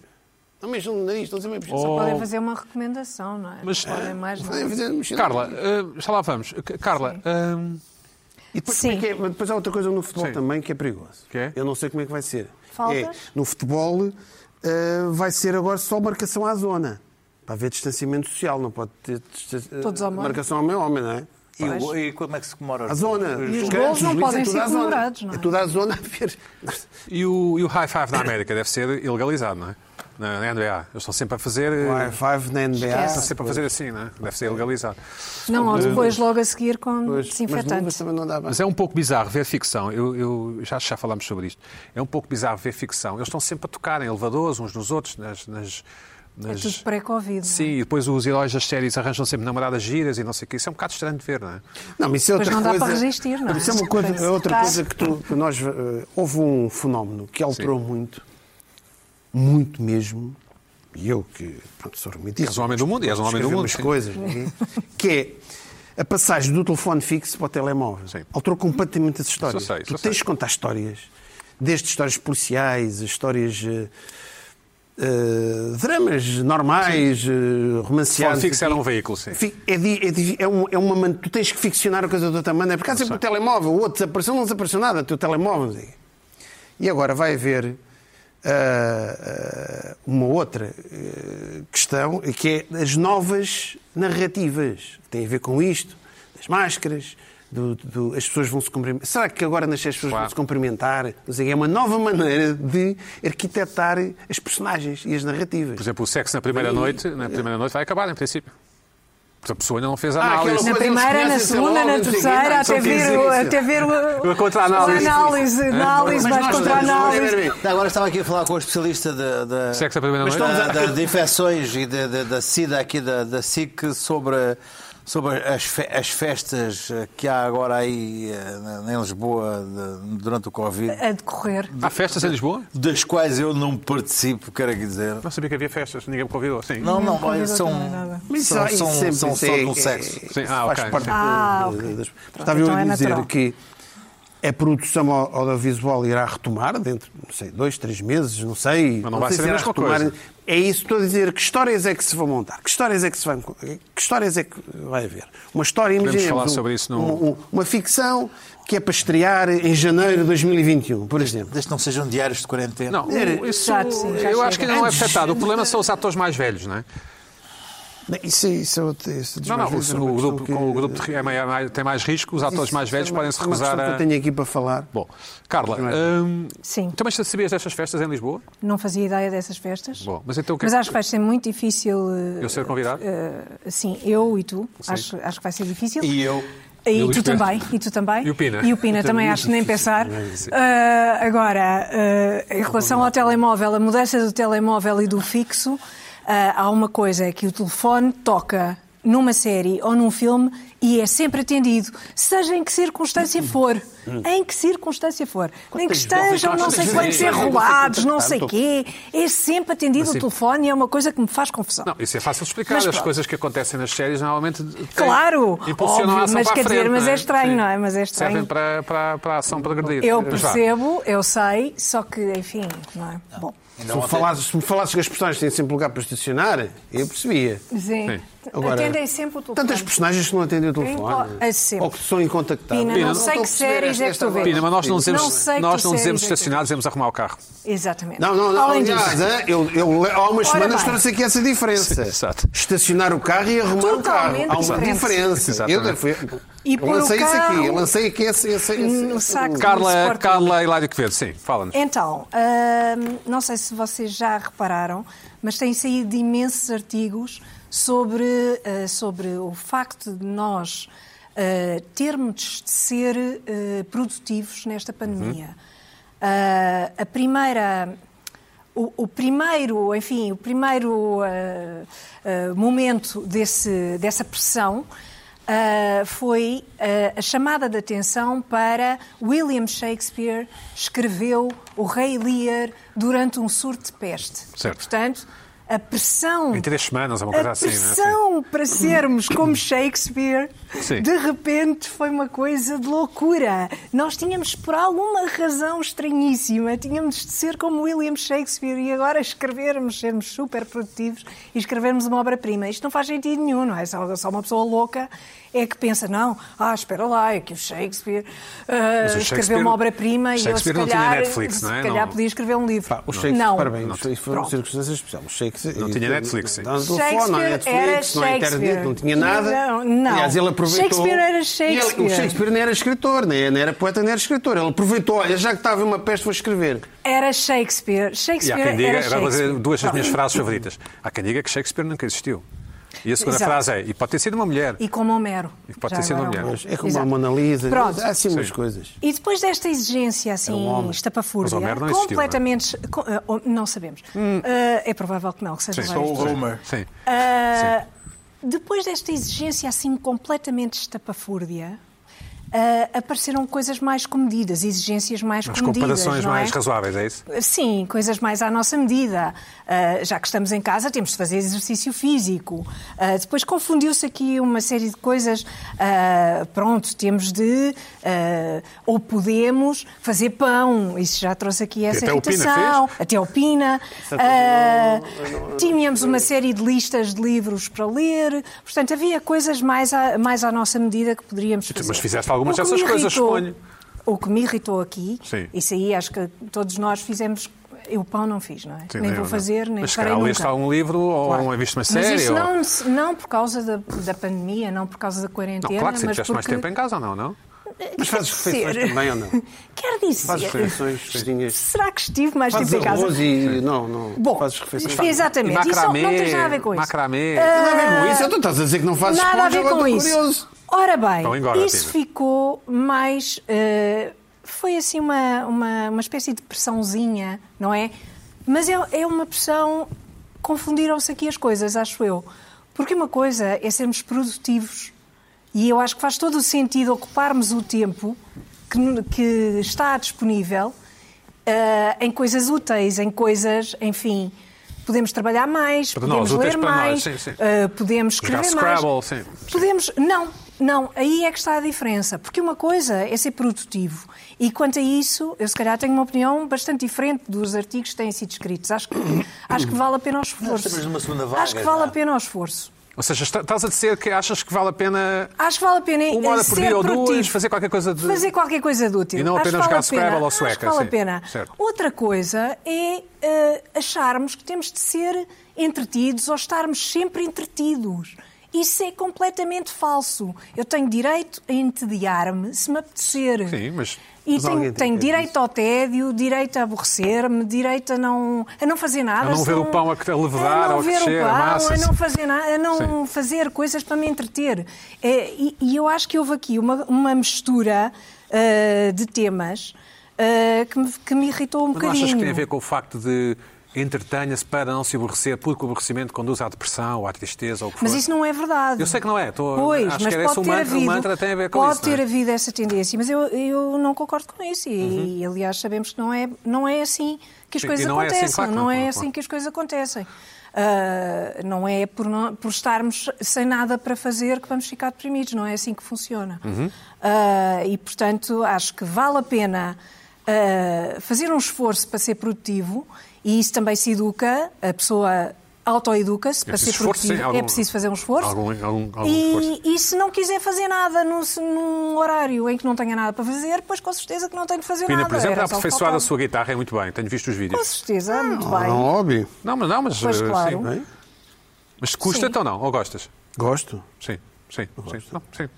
B: Não mexam no nariz, estão sempre a mexer.
D: Só
A: Oh.
D: podem fazer uma recomendação, não é?
A: Mas-
D: Não podem mais nada.
B: Oh. Podem fazer- mexer no
A: Carla,
B: nariz.
A: eh, já lá vamos. C- Carla, eh,
B: E depois,
D: Sim.
B: como é que é? Mas depois há outra coisa no futebol
A: Sim.
B: também que é perigoso.
A: Que é?
B: Eu não sei como é que vai ser.
D: Faltas?
B: É, no futebol eh, vai ser agora só marcação à zona. Para haver distanciamento social, não pode ter distan-
D: Todos ao meio.
B: marcação ao meio homem, não é?
E: E o- E como é que se comemora? os-
B: A zona.
E: os-
D: E os
B: cantos,
D: golos não
B: juízes,
D: podem
B: é tudo
D: ser
B: à zona.
D: comemorados, não é?
B: É tudo à zona. a ver.
A: e o, e o high five na América deve ser ilegalizado, não é? Na na NBA. Eles estão sempre a fazer. eh,
B: High five na NBA.
A: Estão sempre a fazer assim, não é? Deve ser ilegalizado.
D: Não, ou depois logo a seguir com
B: Pois, mas luvas
D: desinfetante.
B: também não dá bem.
A: Mas é um pouco bizarro ver ficção. Eu, eu- já, já falámos sobre isto. É um pouco bizarro ver ficção. Eles estão sempre a tocar em elevadores uns nos outros, nas. nas, nas-
D: Tudo pré-Covid. não é?
A: Sim, e depois os heróis das séries arranjam sempre namoradas giras e não sei o que. Isso é um bocado estranho de ver, não é?
B: Não, mas isso é
D: Pois
B: outra
D: não dá
B: coisa.
D: para resistir, não é?
B: Isso é uma coisa,
D: Tem que
B: é outra
D: secar.
B: coisa que, tu- que nós. eh, houve um fenómeno que alterou muito, muito mesmo. E eu que pronto, sou remitista.
A: És um homem do mundo, és um homem do
B: escrever
A: mundo,
B: umas
A: sim.
B: coisas, não é? que é a passagem do telefone fixo para o telemóvel.
A: Sim.
B: Alterou completamente as histórias.
A: Isso eu sei, isso
B: tu
A: eu
B: tens
A: sei.
B: de contar histórias, desde histórias policiais, histórias. eh, eh, dramas normais, eh,
A: Telefone
B: romanceados.
A: fixo
B: aqui.
A: era um veículo, sim.
B: Fi- É, di- é di- é um- é uma, man- tu tens que ficcionar a coisa do outro maneira. é Porque há sempre o telemóvel, o outro desapareceu, não desapareceu nada, o teu telemóvel. não sei. E agora vai haver ah, ah, uma outra eh, questão, que é as novas narrativas. que Tem a ver com isto, das máscaras, do- do- as pessoas vão se cumprimentar. Será que agora nas as pessoas
A: Claro.
B: vão se cumprimentar? Não sei, É uma nova maneira de arquitetar as personagens e as narrativas.
A: Por exemplo, o sexo na primeira noite, na primeira noite vai acabar, em princípio. Porque a pessoa ainda não fez a
B: Ah, aquela
A: análise.
D: Na
B: Mas eles
D: primeira, na
B: conhecem-se
D: segunda,
B: logo,
D: na
B: não sei o quê,
D: terceira,
B: não,
D: até
B: só
D: ver,
B: dizem
D: o-
B: isso.
D: até ver o,
A: A contra-análise.
D: a análise, análise,
B: Mas
D: mais
B: nós-
D: contra-análise.
B: Espera aí.
E: Ainda Agora estava aqui a falar com o especialista de, de-
A: Sexo à primeira
E: Mas
A: noite?
E: estamos a- de- de infecções e de- de- da SIDA aqui da, da SIC sobre, sobre as, fe- as festas que há agora aí eh, na- em Lisboa de- durante o Covid,
D: A decorrer.
A: Há festas em Lisboa?
E: das quais eu não participo, quero aqui dizer.
A: Não sabia que havia festas, ninguém me convidou. Sim.
E: Não, não,
D: convidou
E: olha, são,
D: também nada.
B: Mas isso
E: são,
B: aí
E: são,
B: sempre
E: são só
B: tem-
E: do sexo.
B: é-
A: Sim, ah,
B: faz
A: ok,
B: parte
A: sim.
B: da-
D: Ah,
B: da-
D: ok.
B: das-
D: Pronto,
B: Estava eu
D: então
B: a
D: é
B: dizer
D: natural.
B: que a produção au- audiovisual irá retomar dentro, não sei, dois, três meses, não sei.
A: Mas não vai
B: sei
A: ser
B: se
A: a
B: irá
A: mesma
B: retomar.
A: coisa.
B: É isso que estou a dizer. Que histórias é que se vão montar? Que histórias é que se vão... Que histórias é que vai haver? Uma história, imaginemos...
A: falar
B: um-
A: sobre isso no-
B: um- um- Uma ficção que é para estrear em janeiro de 2021, por exemplo.
E: Desde que não sejam diários de quarentena.
A: Não,
B: Era-
A: o- isso,
D: Já, sim, já
A: eu acho que
D: chega.
A: ainda não é afetado. O problema são os atores mais velhos, não é?
B: Não, Isso, isso é outra... Isso
A: Não, não, o,
B: isso é uma
A: o
B: questão
A: grupo,
B: que-
A: com o grupo de ri- é maior- maior- tem mais risco, os atores mais velhos
B: isso é uma-
A: podem se
B: é uma questão
A: recusar
B: que eu
A: a.
B: tenho aqui para falar.
A: Bom, Carla, hum,
D: Sim.
A: também sabias destas festas em Lisboa?
D: Não fazia ideia dessas festas.
A: Bom, mas então o que é
D: Mas
A: que-
D: acho que vai ser muito difícil. eh,
A: Eu ser convidado?
D: eh, Sim, eu e tu. Acho, acho que vai ser difícil.
E: E eu.
D: E,
A: o
D: tu
A: Luís
D: também, e tu também.
A: E o Pina.
D: E o Pina
A: Então,
D: também,
A: isso
D: acho que nem
A: difícil,
D: pensar.
A: não é isso?
D: Ah, agora, ah, em relação ao telemóvel, a mudança do telemóvel e do fixo, ah, há uma coisa, é que o telefone toca numa série ou num filme e é sempre atendido, seja em que circunstância for. Em que circunstância for. Nem que
B: vezes
D: estejam não sei
B: nós fizemos
D: quantos
B: isso?
D: enrolados, não sei
B: Tanto.
D: quê. É sempre atendido
A: Mas,
D: o
A: sim.
D: telefone e é uma coisa que me faz confusão.
A: Não, isso é fácil de explicar.
D: Mas
A: As
D: pronto.
A: coisas que acontecem nas séries normalmente têm-
D: Claro,
A: impulsionam
D: óbvio,
A: a ação
D: mas
A: para
D: quer
A: a frente.
D: dizer, mas
A: não
D: é estranho, não é? Mas é estranho.
A: Servem para, para, para a ação para agredir.
D: Eu
A: Mas vá.
D: percebo, eu sei, só que, enfim, não é? Bom,
B: Se me, falasses, se me falasses que as personagens têm sempre lugar para estacionar, eu percebia.
D: sim.
B: Agora,
D: Atendem sempre o telefone.
B: Tantas personagens que não atendem o telefone.
D: Impo- é sempre.
B: Ou que são incontactáveis.
D: Pina, não sei
B: estou a
D: que
B: perceber
D: séries
B: esta-
D: é que
B: esta
D: tu vês.
B: agora.
A: Pina, mas nós não dizemos,
D: Não sei que
A: nós não
D: séries
A: dizemos
D: é que-
A: estacionar, dizemos arrumar o carro.
D: Exatamente.
B: Não, não, não.
D: Além
B: Aliás, é-
D: disso,
B: hein, eu, eu, há umas
D: Ora
B: semanas
D: bem.
B: trouxe aqui essa diferença.
A: Sim, exato.
B: Estacionar o carro e arrumar o carro.
D: Totalmente
B: Há uma
D: diferente.
B: diferença. Eu,
A: Exatamente.
B: fui-
D: E
B: eu
D: pôr o
B: lancei isso
D: carro
B: aqui. Eu lancei aqui esse. esse, esse
D: no
B: esse-
D: saco. no
A: Carla,
D: Sporting.
A: Carla Hilário Quevedo, sim, fala-nos.
D: Então, hum, não sei se vocês já repararam, mas têm saído imensos artigos sobre, eh, sobre o facto de nós eh, termos de ser eh, produtivos nesta pandemia. Ah, a primeira. O, o primeiro, enfim, o primeiro ah, ah, momento desse, dessa pressão ah, foi ah, a chamada de atenção para William Shakespeare escreveu o Rei Lear durante um surto de peste.
A: Certo. É
D: Portanto, a pressão
A: Em três semanas, ou uma coisa
D: a
A: assim, não é?
D: pressão para sermos como Shakespeare,
A: Sim.
D: de repente foi uma coisa de loucura. Nós tínhamos, por alguma razão estranhíssima, tínhamos de ser como William Shakespeare e agora escrevermos, sermos super produtivos e escrevermos uma obra-prima. Isto não faz sentido nenhum, não é? Só, só uma pessoa louca é que pensa, não, ah, espera lá, é que o Shakespeare ah,
A: Mas o
D: escreveu
A: Shakespeare-
D: uma obra-prima e eu, se
A: Shakespeare não
D: calhar,
A: tinha Netflix,
D: se
A: não é?
D: calhar
A: Ah, Não-
D: podia escrever um livro.
B: Pá, o Shakespeare,
D: não.
B: parabéns, isto foi um uma
D: Pronto.
B: circunstância especial. O Shakespeare,
A: Não tinha Netflix, sim.
B: Não, não,
D: Shakespeare
B: eh, telefone, não, Netflix,
D: era
B: não há
D: Shakespeare.
B: internet, não tinha nada.
D: Não, não.
B: Aliás, ele aproveitou.
D: Shakespeare era
B: E ele-
D: Shakespeare.
B: o Shakespeare nem era escritor, nem nem era poeta, nem era escritor. Ele aproveitou, olha, já que estava uma peste, vou escrever.
D: Era Shakespeare.
A: E há
D: Shakespeare
A: quem diga,
D: era
A: agora vou dizer
D: Shakespeare.
A: duas das minhas frases favoritas. Há quem diga que Shakespeare nunca existiu. E a segunda
D: Exato.
A: frase é, e pode ter sido uma mulher.
D: E como Homero.
A: E pode
D: Já
A: ter sido
D: agora
A: uma
D: o-
A: mulher.
B: É como
D: Exato.
B: a Mona Lisa.
D: Pronto.
B: Há assim É um umas coisas.
D: E depois desta exigência assim,
A: Mas
D: estapafúrdia,
A: Homero não existiu,
D: completamente. co- ah, oh, não sabemos.
B: Hum.
D: Ah, é provável que não, que seja
A: Sim.
D: várias
E: Só o
D: pessoas.
E: Homer.
A: Sim.
D: Ah, depois desta exigência assim completamente estapafúrdia, ah, apareceram coisas mais comedidas, exigências mais
A: As
D: comedidas.
A: comparações
D: não é?
A: mais razoáveis, é isso?
D: Sim, coisas mais à nossa medida. Ah, já que estamos em casa, temos de fazer exercício físico. Ah, depois confundiu-se aqui uma série de coisas. Ah, pronto, temos de. ah, ou podemos fazer pão. Isso já trouxe aqui essa
A: até o Pina
D: irritação. Até o Pina. Ah, tínhamos uma série de listas de livros para ler. Portanto, havia coisas mais à, mais à nossa medida que poderíamos fazer.
A: mas fizeste algumas
D: O que
A: dessas
D: me
A: coisas,
D: irritou-
A: suponho.
D: O que me irritou aqui,
A: Sim.
D: isso aí acho que todos nós fizemos. Eu pão não fiz, não é?
A: Sim,
D: nem
A: eu,
D: vou
A: não.
D: fazer, nem
A: Mas se
D: farei
A: calhar um
D: nunca.
A: leste algum livro ou
D: Claro.
A: viste uma
D: Mas
A: é série.
D: isso
A: ou-
D: não, se- não por causa da, da pandemia, não por causa da quarentena,
A: Não, claro que sim,
D: mas
A: tiveste
D: porque...
A: mais tempo em casa ou não, não?
B: Mas fazes
D: Quer
B: refeições
D: dizer-
B: também ou não?
D: Quer
B: Fazes
D: dizer,
B: refeições, coisinhas.
D: será que estive mais
B: Fazes
D: tempo em casa?
B: arroz e. Não, não.
D: Bom,
B: fazes refeições.
A: E
D: exatamente. Isso não
A: macramê,
D: tem nada a ver com isso. Ah.
A: macramê.
B: Não tem nada a ver com isso. Tu estás a dizer que não fazes
D: Nada a
B: esponja,
D: ver
B: agora
D: com
B: estou
D: isso.
B: curioso.
D: Ora bem,
A: Então, engorda,
D: isso
A: Pina.
D: ficou mais. eh, foi assim uma, uma, uma espécie de pressãozinha, não é? Mas é, é uma pressão. Confundiram-se aqui as coisas, acho eu. Porque uma coisa é sermos produtivos e eu acho que faz todo o sentido ocuparmos o tempo que, que está disponível eh, em coisas úteis, em coisas, enfim. Podemos trabalhar mais,
A: Para
D: podemos
A: nós, úteis
D: ler
A: para nós,
D: mais,
A: sim, sim.
D: eh, podemos
A: Jogar
D: escrever mais.
A: Scrabble, sim.
D: Podemos. Não, não. Aí é que está a diferença. Porque uma coisa é ser produtivo. E quanto a isso, eu se calhar tenho uma opinião bastante diferente dos artigos que têm sido escritos. Acho que, acho que vale a pena o esforço.
E: estamos numa segunda vaga,
D: acho que vale
E: já.
D: a pena o esforço.
A: Ou seja, está- estás a dizer que achas que vale a pena
D: Acho que vale a pena
A: uma hora
D: É, ser
A: por dia ou
D: produtivo.
A: duas fazer qualquer coisa de.
D: Fazer é qualquer coisa de útil.
A: E não
D: Acho que
A: apenas jogar
D: vale a pena.
A: Scrabble ou
D: Acho que
A: sueca,
D: vale
A: sim.
D: a pena.
A: Certo.
D: Outra coisa é eh, acharmos que temos de ser entretidos ou estarmos sempre entretidos. Isso é completamente falso. Eu tenho direito a entediar-me se me apetecer.
A: Sim, mas
D: E
B: Mas alguém tem
D: tenho,
B: que
D: tenho
B: ter
D: direito ao tédio, direito a aborrecer-me, direito a não, a não fazer nada.
A: A não ver
D: se
A: o pão a que- a levedar,
D: a não
A: ao
D: ver
A: crescer,
D: o
A: a
D: pão,
A: massa,
D: a
A: se-
D: não fazer nada, a não
A: Sim.
D: fazer coisas para me entreter. É, e, e eu acho que houve aqui uma, uma mistura ah, de temas ah, que, me, que me irritou um
A: Mas não
D: bocadinho.
A: achas que tem a ver com o facto de entretenha-se para não se aborrecer, porque o aborrecimento conduz à depressão, ou à tristeza, ou o que
D: Mas
A: for?
D: isso não é verdade.
A: Eu sei que não é, estou-
D: Pois,
A: acho
D: mas
A: que era esse
D: pode
A: o
D: ter
A: mantra- o
D: havido,
A: mantra tem a ver com
D: pode
A: isso, não é?
D: ter havido essa tendência, mas eu, eu não concordo com isso. E, e, aliás, sabemos que não é, não é assim que as
A: Uhum. Sim,
D: coisas
A: e não é assim,
D: acontecem.
A: claro que
D: não
A: não,
D: é
A: claro,
D: assim
A: claro.
D: que as coisas acontecem. Ah, não é por, não- por estarmos sem nada para fazer que vamos ficar deprimidos. Não é assim que funciona.
A: Uhum.
D: Ah, e, portanto, acho que vale a pena ah, fazer um esforço para ser produtivo e isso também se educa, a pessoa autoeduca-se para ser
A: preciso esforço,
D: produtivo.
A: sim, algum-
D: é preciso fazer um esforço.
A: Algum- algum- algum
D: e,
A: esforço.
D: e se não quiser fazer nada num, num horário em que não tenha nada para fazer, pois com certeza que não tem de fazer
A: Pina,
D: nada.
A: por exemplo,
D: Era
A: a
D: só o que
A: aperfeiçoar a
D: faltava.
A: sua guitarra é muito bem, tenho visto os
D: Com
A: vídeos.
D: certeza, muito bem.
B: Não, Ah, óbvio.
A: Não, mas não, mas,
D: Pois,
A: eh,
D: claro.
A: sim. Mas custa
D: Sim.
A: então não, ou gostas?
B: Gosto.
A: Sim, sim, sim. Não, sim,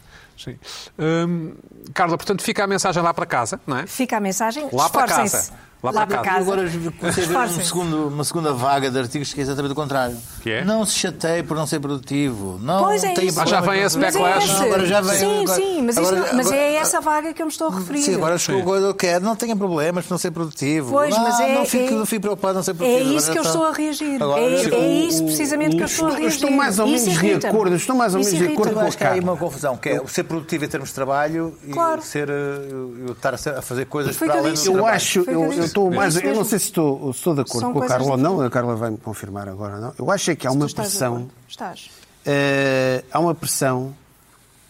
A: sim. Hum, Carla, portanto, fica a mensagem lá para casa, não é?
D: Fica a mensagem,
A: Lá para casa.
D: esforcem-se.
A: Lá para casa.
E: Eu agora comecei a ver um
D: Esforcem-se.
E: segundo- uma segunda vaga de artigos que é exatamente o contrário.
A: Que é?
E: Não se chateie por não ser produtivo. Não
D: Pois é
E: tenha
D: isso.
A: Ah, já vem
E: problemas
A: esse
E: com-
D: Mas é
A: backlash.
D: esse.
E: Não, agora já vem.
D: sim,
E: agora-
D: sim, mas, isto
E: agora-
D: não- mas é
E: agora-
D: essa vaga que eu me estou a referir.
E: Sim, agora chegou agora eu quero, não tenha problemas por não ser produtivo.
D: Pois,
E: Ah,
D: mas é-
E: não, fico,
D: é-
E: não fico preocupado, não ser
D: É
E: produtivo.
D: isso
E: Agora
D: que eu
E: já
D: estou a
E: está.
D: reagir.
E: Agora
D: É,
E: já-
D: é isso precisamente que eu estou
B: estou-
D: a
B: eu
D: reagir.
B: estou mais ou
D: Isso
B: menos de
D: irrita-me.
B: acordo, eu estou mais ou
D: Isso
B: menos de acordo
E: Eu
D: irrita-me.
E: acho que há aí
B: Carla.
E: uma confusão, que é o ser produtivo em termos de trabalho e o ser, eh, eu eu estar a ser- a fazer coisas
D: Foi
E: para
D: que eu
E: além do
D: disse.
B: Eu
E: trabalho.
B: acho,
D: Foi o que eu
B: eu, eu
D: disse.
B: estou
D: É
B: mais.
D: isso
B: Eu não
D: mesmo.
B: sei se estou, estou de acordo
D: São
B: com a
D: coisas
B: Carla ou não,
D: diferentes.
B: a Carla vai me confirmar agora ou não. Eu acho é que há
D: Tu
B: uma
D: estás de
B: pressão.
D: acordo? Estás.
B: eh, há uma pressão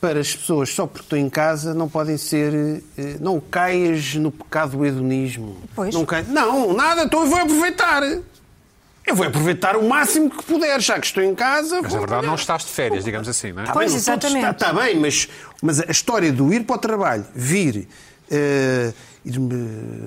B: para as pessoas, só porque estou em casa, não podem ser. eh, não caias no pecado do hedonismo.
D: Pois.
B: Não, cai- não, nada, então eu vou aproveitar. Eu vou aproveitar o máximo que puder, já que estou em casa.
A: Mas na
B: vou
A: verdade não
B: apanhar.
A: estás de férias, digamos assim, não é?
B: Está
D: Pois,
B: Tá bem, não todos-
D: exatamente.
B: Está, está bem, mas, mas a história do ir para o trabalho, vir, eh, ir eh,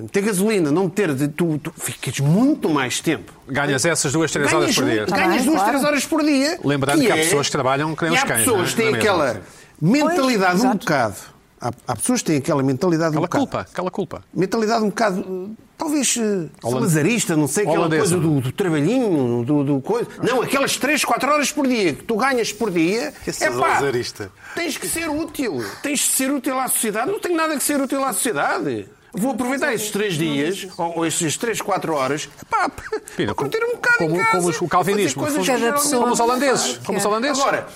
B: meter gasolina, não meter, de- tu, tu ficas muito mais tempo.
A: Ganhas essas duas, três horas
B: Ganhas,
A: por dia.
B: muito- ganhas
D: Tá bem,
B: duas,
D: claro.
B: três horas por dia. é-
A: Lembrando que há pessoas que trabalham que nem
B: e
A: os
B: há
A: cães, não é?
B: pessoas que têm
A: Na mesma,
B: aquela
A: sim.
B: mentalidade um
D: exato.
B: bocado. Há, há pessoas que têm aquela mentalidade um
A: Aquela
B: bocado.
A: culpa, aquela culpa.
B: Mentalidade um bocado, eh, talvez, eh,
A: Holand-
B: salazarista, não sei, aquela
A: Holandesa.
B: coisa do, do trabalhinho, do, do coisa. Não, aquelas 3, 4 horas por dia que tu ganhas por dia.
E: Que
B: epá,
E: salazarista.
B: Tens que ser útil. Tens de ser útil à sociedade. Não tenho nada que ser útil à sociedade. Vou aproveitar esses três dias, ou, ou esses três, quatro horas, pá,
A: Pina,
B: para curtir um bocado
A: como-
B: em casa.
A: como os- o calvinismo,
B: fazer coisas
D: cada
B: que geralmente
D: pessoa-
B: não
A: Como os holandeses,
B: faz.
A: como os holandeses.
B: Agora,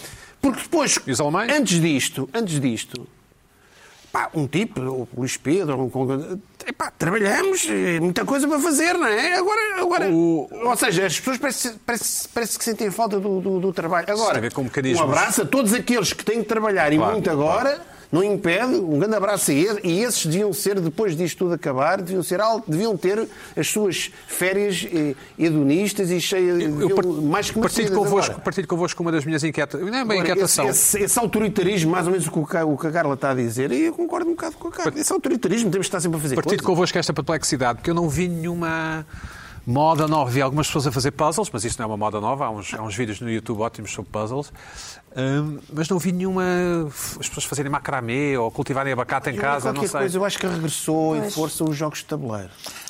B: porque depois,
A: E os alemães?
B: antes disto, antes disto, pá, um tipo, ou o Luís Pedro, ou um con- epá, trabalhamos, é muita coisa para fazer, não é? Agora, agora ou seja, as pessoas parece, parece, parece que sentem falta do, do, do trabalho.
A: tem a
B: Agora,
A: ver é com mecanismos.
B: um abraço a todos aqueles que têm que trabalhar e
A: Claro,
B: muito agora, não impede, um grande abraço a eles, e esses deviam ser, depois disto tudo acabar, deviam, ser, al- deviam ter as suas férias eh, hedonistas e cheias,
A: Eu
B: deviam-
A: par-
B: mais que
A: partilho,
B: merecidas
A: convosco,
B: agora.
A: partilho convosco uma das minhas inquietações. Não é bem
B: Agora, esse,
A: inquietação.
B: esse- esse autoritarismo, mais ou menos o que o Ca- o que a Carla está a dizer, e eu concordo um bocado com a Carla. Esse autoritarismo temos de estar sempre a fazer
A: Partilho
B: coisas.
A: convosco esta perplexidade, porque eu não vi nenhuma moda nova. Vi algumas pessoas a fazer puzzles, mas isso não é uma moda nova. Há uns, há uns vídeos no YouTube ótimos sobre puzzles. Hum, mas não vi nenhuma. As pessoas fazerem macramê ou cultivarem abacate em
B: Eu,
A: casa,
B: qualquer
A: não sei.
B: coisa, eu acho que regressou em força os jogos de tabuleiro.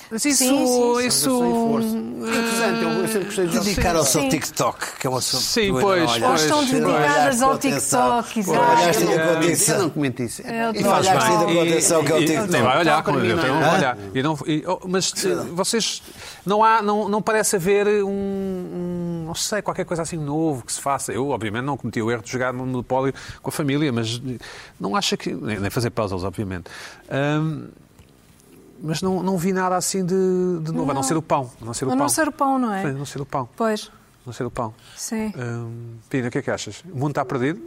A: Mas isso.
D: Sim, sim, sim.
A: isso...
B: Regressou em força. É interessante, eu, eu sempre gostei de jogos de
E: Dedicar ao seu
D: Sim.
E: TikTok, que é um assunto
A: Sim,
E: que tu ainda
A: pois,
E: não olhaste.
A: pois. Ou estão
D: dedicadas ao
E: Olhaste com
D: TikTok,
E: atenção.
D: exato.
E: Olhaste
B: tabuleiro.
E: ainda com
B: Eu não
E: atenção.
B: comento isso.
D: Eu
E: E faz
D: Olhaste
E: bem.
D: ainda
E: E-
D: com
E: atenção que é o
A: e-
E: TikTok.
A: Nem vai olhar,
B: Toca
A: como
B: em
A: eu
B: mim,
A: tenho
B: não
A: um
B: é?
A: olhar. E não, e- oh, mas eh, vocês. Não, há, não, não parece haver um, um, Não sei, qualquer coisa assim novo que se faça. Eu, obviamente, não cometi o erro de jogar no monopólio com a família, mas eh, não acha que. Nem nem fazer puzzles, obviamente. Ahm, mas não, não vi nada assim de, de novo, a não ser o pão. A não ser o
D: A
A: pão.
D: não ser o pão, não é?
A: Sim, a não ser o pão.
D: Pois,
A: A não ser o pão.
D: sim.
A: Ahm, Pina, o que é que achas? O mundo está perdido?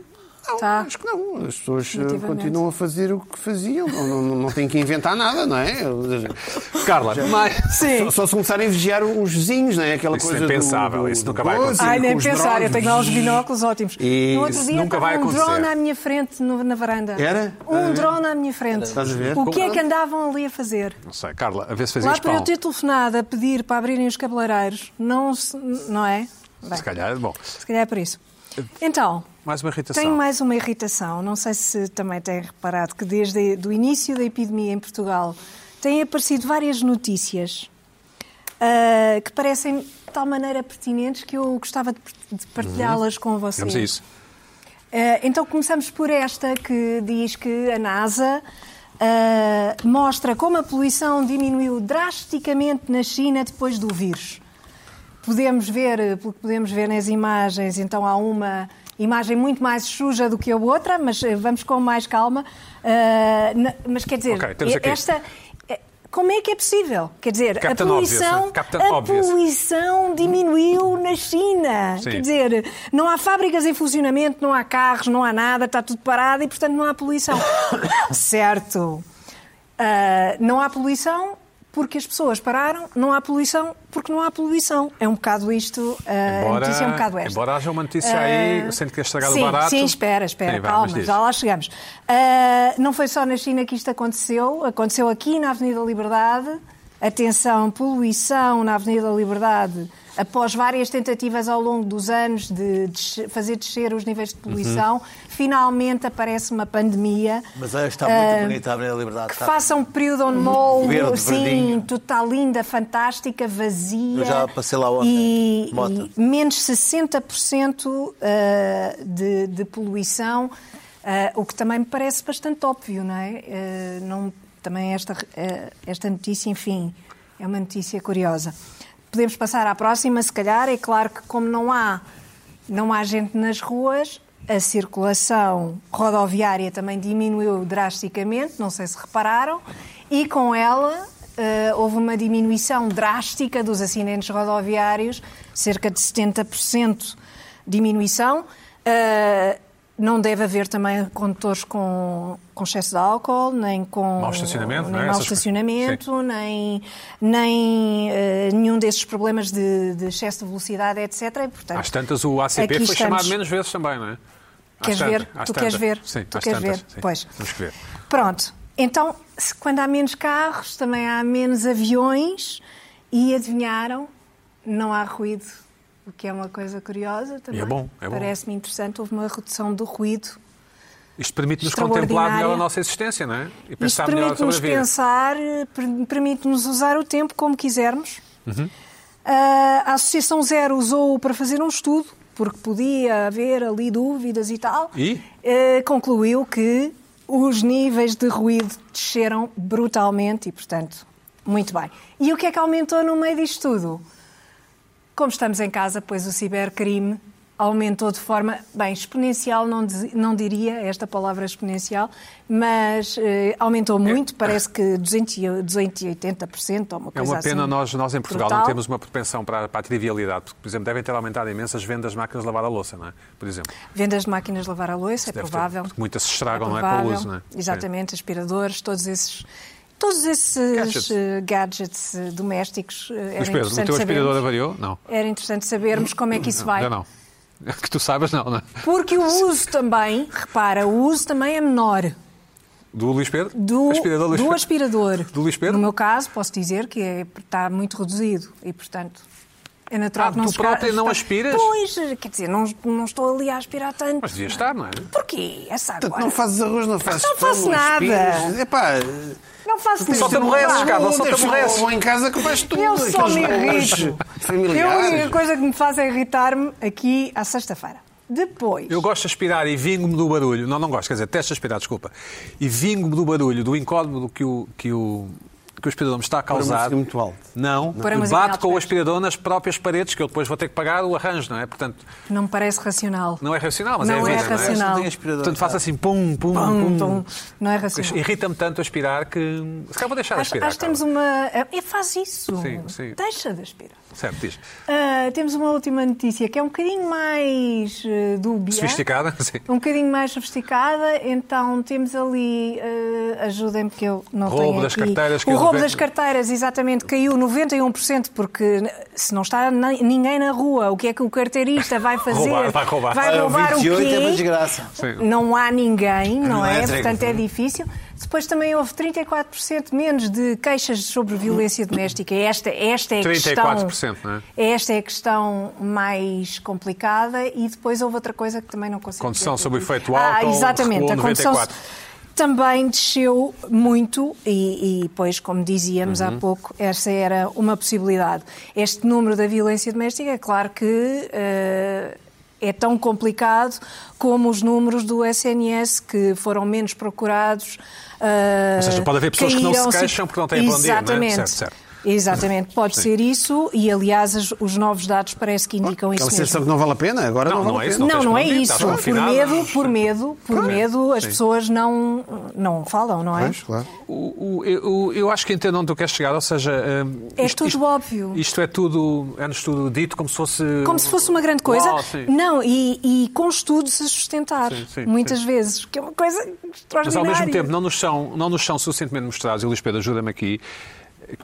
B: Não,
D: Tá.
B: acho que não. As pessoas eh,
D: Definitivamente.
B: continuam a fazer o que faziam. Não, não, não têm que inventar nada, não é?
A: Carla, mais.
D: É.
B: Só, só se começarem a vigiar os vizinhos, não é? Aquela
A: Isso é
B: coisa do-
A: impensável,
B: do-
A: isso nunca
B: do
A: vai
B: coisa,
A: acontecer.
D: Ai, nem
B: com os
D: pensar, eu
B: drones.
D: tenho lá os binóculos ótimos.
B: E
D: no outro
A: isso
D: dia
A: nunca vai
D: estava um
A: acontecer.
D: drone à minha frente no- na varanda.
B: Era? Estás a
D: Um
B: ver?
D: drone à minha frente.
B: Estás a ver?
D: O que é que andavam ali a fazer?
A: Não sei, Carla, a ver se
D: Lá
A: fazias
D: para
A: pão.
D: eu ter telefonado a pedir para abrirem os cabeleireiros, não, se- não é? Bem,
A: Se calhar, bom.
D: se calhar é por isso. Então,
A: Mais uma irritação.
D: tenho mais uma irritação. Não sei se também têm reparado que desde o início da epidemia em Portugal têm aparecido várias notícias ah, que parecem de tal maneira pertinentes que eu gostava de de partilhá-las com vocês.
A: Vamos a Uhum. isso.
D: Eh, Então começamos por esta que diz que a NASA eh, mostra como a poluição diminuiu drasticamente na China depois do vírus. Podemos ver, eh, pelo que podemos ver nas imagens, então há uma imagem muito mais suja do que a outra, mas eh, vamos com mais calma. Eh, na- mas quer dizer,
A: Ok, temos aqui.
D: esta. eh, Como é que é possível? Quer dizer,
A: Captain
D: a
A: Obvious,
D: poluição,
A: né? Captain
D: a
A: Obvious.
D: poluição diminuiu na China.
A: Sim.
D: Quer dizer, não há fábricas em funcionamento, não há carros, não há nada, está tudo parado e, portanto, não há poluição. certo. Ah, não há poluição porque as pessoas pararam, não há poluição porque não há poluição. É um bocado isto, ah, a notícia é um bocado esta.
A: embora haja uma notícia aí,
D: Ah,
A: sendo que é estragado
D: sim,
A: o barato.
D: Sim, espera, espera,
A: Sim, vá, mas
D: calma,
A: diz.
D: já lá chegamos. Ah, não foi só na China que isto aconteceu, aconteceu aqui na Avenida Liberdade. Atenção, poluição na Avenida Liberdade. Após várias tentativas ao longo dos anos de desce- fazer descer os níveis de poluição, finalmente aparece uma pandemia.
E: Uhum. Mas olha, está
D: Ah,
E: muito bonita a Avenida Liberdade.
D: Que
E: está-
D: faça um período on mall,
E: tá Uhum. Verde,
D: sim,
E: verdinho.
D: tu está tá linda, fantástica, vazia.
E: Eu já passei lá ontem,
D: E,
E: de moto.
D: e menos 60% eh, de, de poluição, eh, o que também me parece bastante óbvio, não é? Eh, não, também esta, eh, esta notícia, enfim, é uma notícia curiosa. Podemos passar à próxima, se calhar. É claro que, como não há, não há gente nas ruas, a circulação rodoviária também diminuiu drasticamente, não sei se repararam, e com ela eh, houve uma diminuição drástica dos acidentes rodoviários, cerca de 70% diminuição. Eh, não deve haver também condutores com, com excesso de álcool, nem com
A: Mau estacionamento,
D: nem
A: não é?
D: mau
A: Essas coisas.
D: estacionamento, trânsito, nem, nem eh, nenhum desses problemas de, de excesso de velocidade, etc. E, portanto,
A: Às tantas, o ACP
D: aqui
A: foi
D: estamos.
A: chamado menos vezes também, não é? Às
D: Queres
A: tantas,
D: ver?
A: às
D: tu
A: tantas.
D: queres ver?
A: Sim,
D: tu
A: às
D: queres
A: tantas,
D: ver?
A: sim.
D: Pois.
A: Temos que ver.
D: Pronto. Então, se- quando há menos carros, também há menos aviões e adivinharam, não há ruído. O que é uma coisa curiosa também.
A: é bom, é bom.
D: Parece-me interessante. Houve uma redução do ruído
A: Isto permite-nos
D: Extraordinária.
A: contemplar melhor a nossa existência, não é? E
D: é Isto
A: pensar melhor sobre
D: permite-nos
A: a vida.
D: pensar, eh, per- permite-nos usar o tempo como quisermos.
A: Uhum.
D: Ah, a Associação Zero usou para fazer um estudo, porque podia haver ali dúvidas e tal.
A: E?
D: Eh, concluiu que os níveis de ruído desceram brutalmente e, portanto, muito bem. E o que é que aumentou no meio disto tudo? Como estamos em casa, pois o cibercrime aumentou de forma, bem, exponencial, não, diz- não diria esta palavra exponencial, mas eh, aumentou
A: É.
D: muito, parece que 200 e- 280% ou uma
A: É
D: coisa
A: uma pena
D: assim
A: nós, nós em Portugal não
D: brutal.
A: temos uma propensão para, para a trivialidade, porque, por exemplo, devem ter aumentado imenso as vendas de máquinas de lavar a louça, não é? Por exemplo.
D: Vendas de máquinas de lavar a louça,
A: Deve
D: é
A: ter,
D: provável.
A: porque muitas se estragam, não é, com o
D: provável.
A: uso, não é?
D: Exatamente, aspiradores, todos esses... Todos esses
A: Gadgets.
D: eh, gadgets, eh, domésticos. eh, era
A: Mas Pedro, o
D: interessante
A: teu aspirador
D: sabermos-
A: avariou? Não.
D: Era interessante sabermos como é que isso vai.
A: Ainda não. Que tu saibas, não, não é?
D: Porque o uso também, repara, o uso também é menor.
A: Do Luís Pedro?
D: do
A: aspirador Luís
D: do
A: Pedro.
D: aspirador.
A: Do Luís Pedro?
D: No meu caso, posso dizer que é- está muito reduzido e, portanto, é natural
A: Ah,
D: que não
A: tu
D: se ca-
A: própria não
D: está-
A: aspiras?
D: Pois, quer dizer, não, não estou ali a aspirar tanto.
A: Mas devia estar, não é?
D: Porquê? Essa
B: Portanto,
D: agora.
B: não fazes arroz, não fazes
D: Não faço
B: pão,
D: nada.
B: aspiras. Epá,
D: Não faço nada.
A: Só te aborreces, Carla, só te
B: Outras
A: aborreces.
B: vão em casa que faz tudo.
D: Eu só
B: aqueles
D: me
A: é
B: valores
D: irrito. Eu, a única
B: Familiares.
D: coisa que me faz é irritar-me aqui à sexta-feira. Depois.
A: Eu gosto de aspirar e vingo-me do barulho. Não, não gosto, quer dizer, teste aspirar, desculpa. E vingo-me do barulho, do incómodo que o, que o, que o aspirador me está a
B: uma
A: causar.
B: música muito alta.
A: Não,
D: Pôr a música em
A: bato
D: alto
A: com o
D: baixo.
A: aspirador nas próprias paredes, que eu depois vou ter que pagar o arranjo, não é? Portanto,
D: Não me parece racional.
A: não é racional, mas é a
D: Não é
A: vida, não é?
D: racional.
A: Portanto, faço assim, pum, pum, pum.
D: Pum, pum. Não é racional.
A: Irrita-me tanto aspirar que. Se calhar vou deixar de
D: Acho,
A: aspirar.
D: acho que temos
A: Carla.
D: uma. É, faz isso.
A: Sim, sim.
D: Deixa de aspirar.
A: Certo, diz.
D: Ah, temos uma última notícia que é um bocadinho mais eh, dúbia.
A: Sofisticada, sim.
D: Um bocadinho mais sofisticada, então temos ali, eh, ajudem-me porque eu não
A: Roubo
D: tenho
A: das
D: aqui.
A: carteiras, que
D: O
A: eu
D: roubo
A: ve-
D: das carteiras, exatamente, caiu 91%, porque se não está na- ninguém na rua, o que é que o carteirista vai fazer?
A: Roubar, vai roubar.
D: Vai
E: Olha,
D: roubar o
E: 28 é uma
D: quê?
E: desgraça.
A: Sim.
D: Não há ninguém, não,
E: Não
D: é?
E: é entregue.
D: Portanto, é difícil. Depois também houve 34% menos de queixas sobre violência doméstica. Esta, esta é a questão.
A: 34%, não é?
D: Esta é a questão mais complicada e depois houve outra coisa que também não consigo.
A: Condução
D: dizer.
A: sob o efeito
D: Ah,
A: álcool
D: exatamente.
A: recuou
D: A condução
A: 94.
D: também desceu muito e, e pois, como dizíamos
A: Uhum.
D: há pouco, essa era uma possibilidade. Este número da violência doméstica, é claro que eh, é tão complicado como os números do SNS que foram menos procurados. eh,
A: Ou seja, pode haver pessoas que não se
D: caíram-se-
A: queixam porque não têm para onde ir, não é?
D: Exatamente.
A: Certo, certo.
D: Exatamente, pode ser isso, e aliás, as- os novos dados parece que indicam isso
B: Aquela
D: mesmo.
B: sensação que não vale a pena, agora não,
A: Não,
B: vale
A: não
B: a
A: é
B: pena.
A: isso,
D: Não,
A: tens
D: não é
A: convite,
D: isso.
A: estás
D: Por
A: confinado,
D: medo,
A: mas-
D: por medo, por medo, as
A: Sim.
D: pessoas não, não falam, não é?
B: Pois, claro.
A: O- o- eu, eu- eu acho que entendo onde tu queres chegar, ou seja, hum,
D: É tudo óbvio.
A: Isto é tudo, é-nos tudo dito como se fosse.
D: Como se fosse uma grande coisa.
A: Uau, sim.
D: não, é e, e com estudos a sustentar,
A: Sim, sim,
D: muitas vezes, que é uma coisa
A: Mas
D: extraordinária.
A: ao mesmo tempo não nos são, não nos são suficientemente mostrados, e Luís Pedro ajuda-me aqui,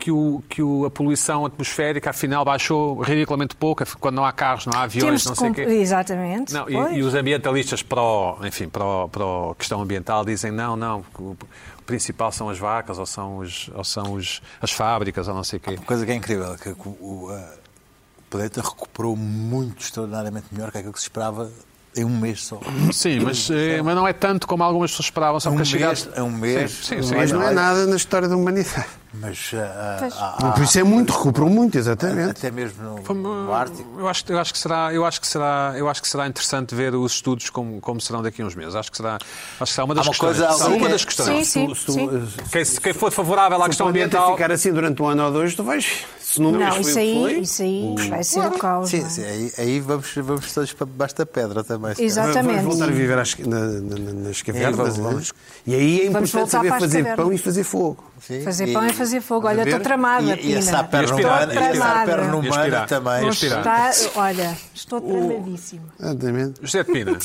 A: que, o, que o- a poluição atmosférica afinal baixou ridiculamente pouco, af- quando não há carros, não há aviões,
D: Temos de
A: não sei o
D: comp-
A: quê.
D: Exatamente.
A: Não,
D: pois.
A: e, e os ambientalistas pró, enfim, pró, pró questão ambiental dizem não, não, que o o principal são as vacas ou são, os, ou são os, as fábricas ou não sei o quê.
E: Uma coisa que é incrível, que o, o, a- o planeta recuperou muito, extraordinariamente melhor que aquilo que se esperava em um mês só.
A: Sim, mas, eh, mas não é tanto como algumas pessoas esperavam, só
E: É um
A: porque
E: mês,
A: chegaram.
E: é um mês.
A: Sim, sim, sim.
B: Mas não é nada na história da humanidade.
E: Mas ah,
D: Pois.
E: ah, ah,
B: Por isso é muito, recuperou muito, exatamente.
E: até mesmo no,
A: Como,
E: no Ártico.
A: Eu acho, que- eu acho que será, eu acho que será, eu acho que será interessante ver os estudos como, como serão daqui a uns meses. Acho que será, acho que será uma das
E: Há uma
A: questões.
E: coisa-
A: será uma das
E: sim, é-
D: Sim,
A: questões.
B: Ah,
D: sim,
E: Se tu-
B: eh,
D: sim.
E: se tu-
A: Quem, se- quem for favorável à
B: Se
A: questão
B: o planeta
A: ambiental,
B: ficar assim durante um ano ou dois, tu vais. Se não,
D: Não,
B: isso
D: isso aí, isso aí vai ser o caos. não
E: Sim,
D: é?
E: sim, aí, aí vamos, vamos todos para debaixo da pedra também. se
D: Exato.
E: calhar.
D: Exatamente.
B: Vamos voltar a viver às- na- na- na- nas cavernas.
E: vamos- vamos-
B: É, E aí é importante
D: voltar
B: saber
D: para as
B: fazer
D: cavernas.
B: pão e fazer fogo.
E: Sim,
D: Fazer pão é fazer fogo. Olha,
B: a ver?
D: estou tramada,
E: E, e
D: Pina.
E: essa perna
A: Estou
E: humana, e essa
D: tramada.
E: perna humana é
A: Respirar.
E: também.
D: Não
A: Respirar.
D: está- Olha, estou tramadíssima.
B: Exatamente.
A: José de Pina,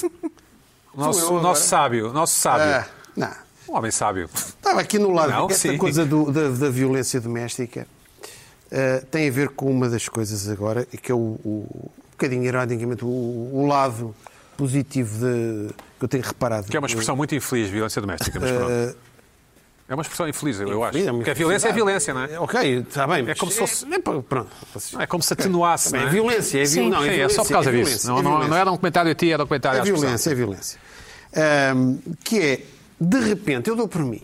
B: eu
A: nosso,
B: agora.
A: nosso sábio, nosso sábio,
B: Ah, não.
A: um homem sábio.
B: Estava aqui no lado.
A: Não,
B: Essa
A: sim.
B: coisa do- da, da violência doméstica ah, tem a ver com uma das coisas agora, e que é o, o- um bocadinho ironicamente, o, o lado positivo de- que eu tenho reparado.
A: Que é uma expressão muito infeliz, violência doméstica, mas pronto.
B: Ah,
A: É uma expressão infeliz, eu, eu acho.
B: é uma
A: Porque a violência é
B: infelicidade.
A: violência, não é?
B: Ok, está bem. mas
A: como se fosse-
B: é- pá, pronto. vocês-
A: Não é como se atenuasse,
B: Também
A: não
B: é
A: é?
B: violência, é
D: Sim.
B: violência.
A: Sim, é só por causa disso. Não, não- não era um comentário a ti, era um comentário
B: É
A: à expressão.
B: violência, é violência. Ahm, que é, de repente, eu dou por mim.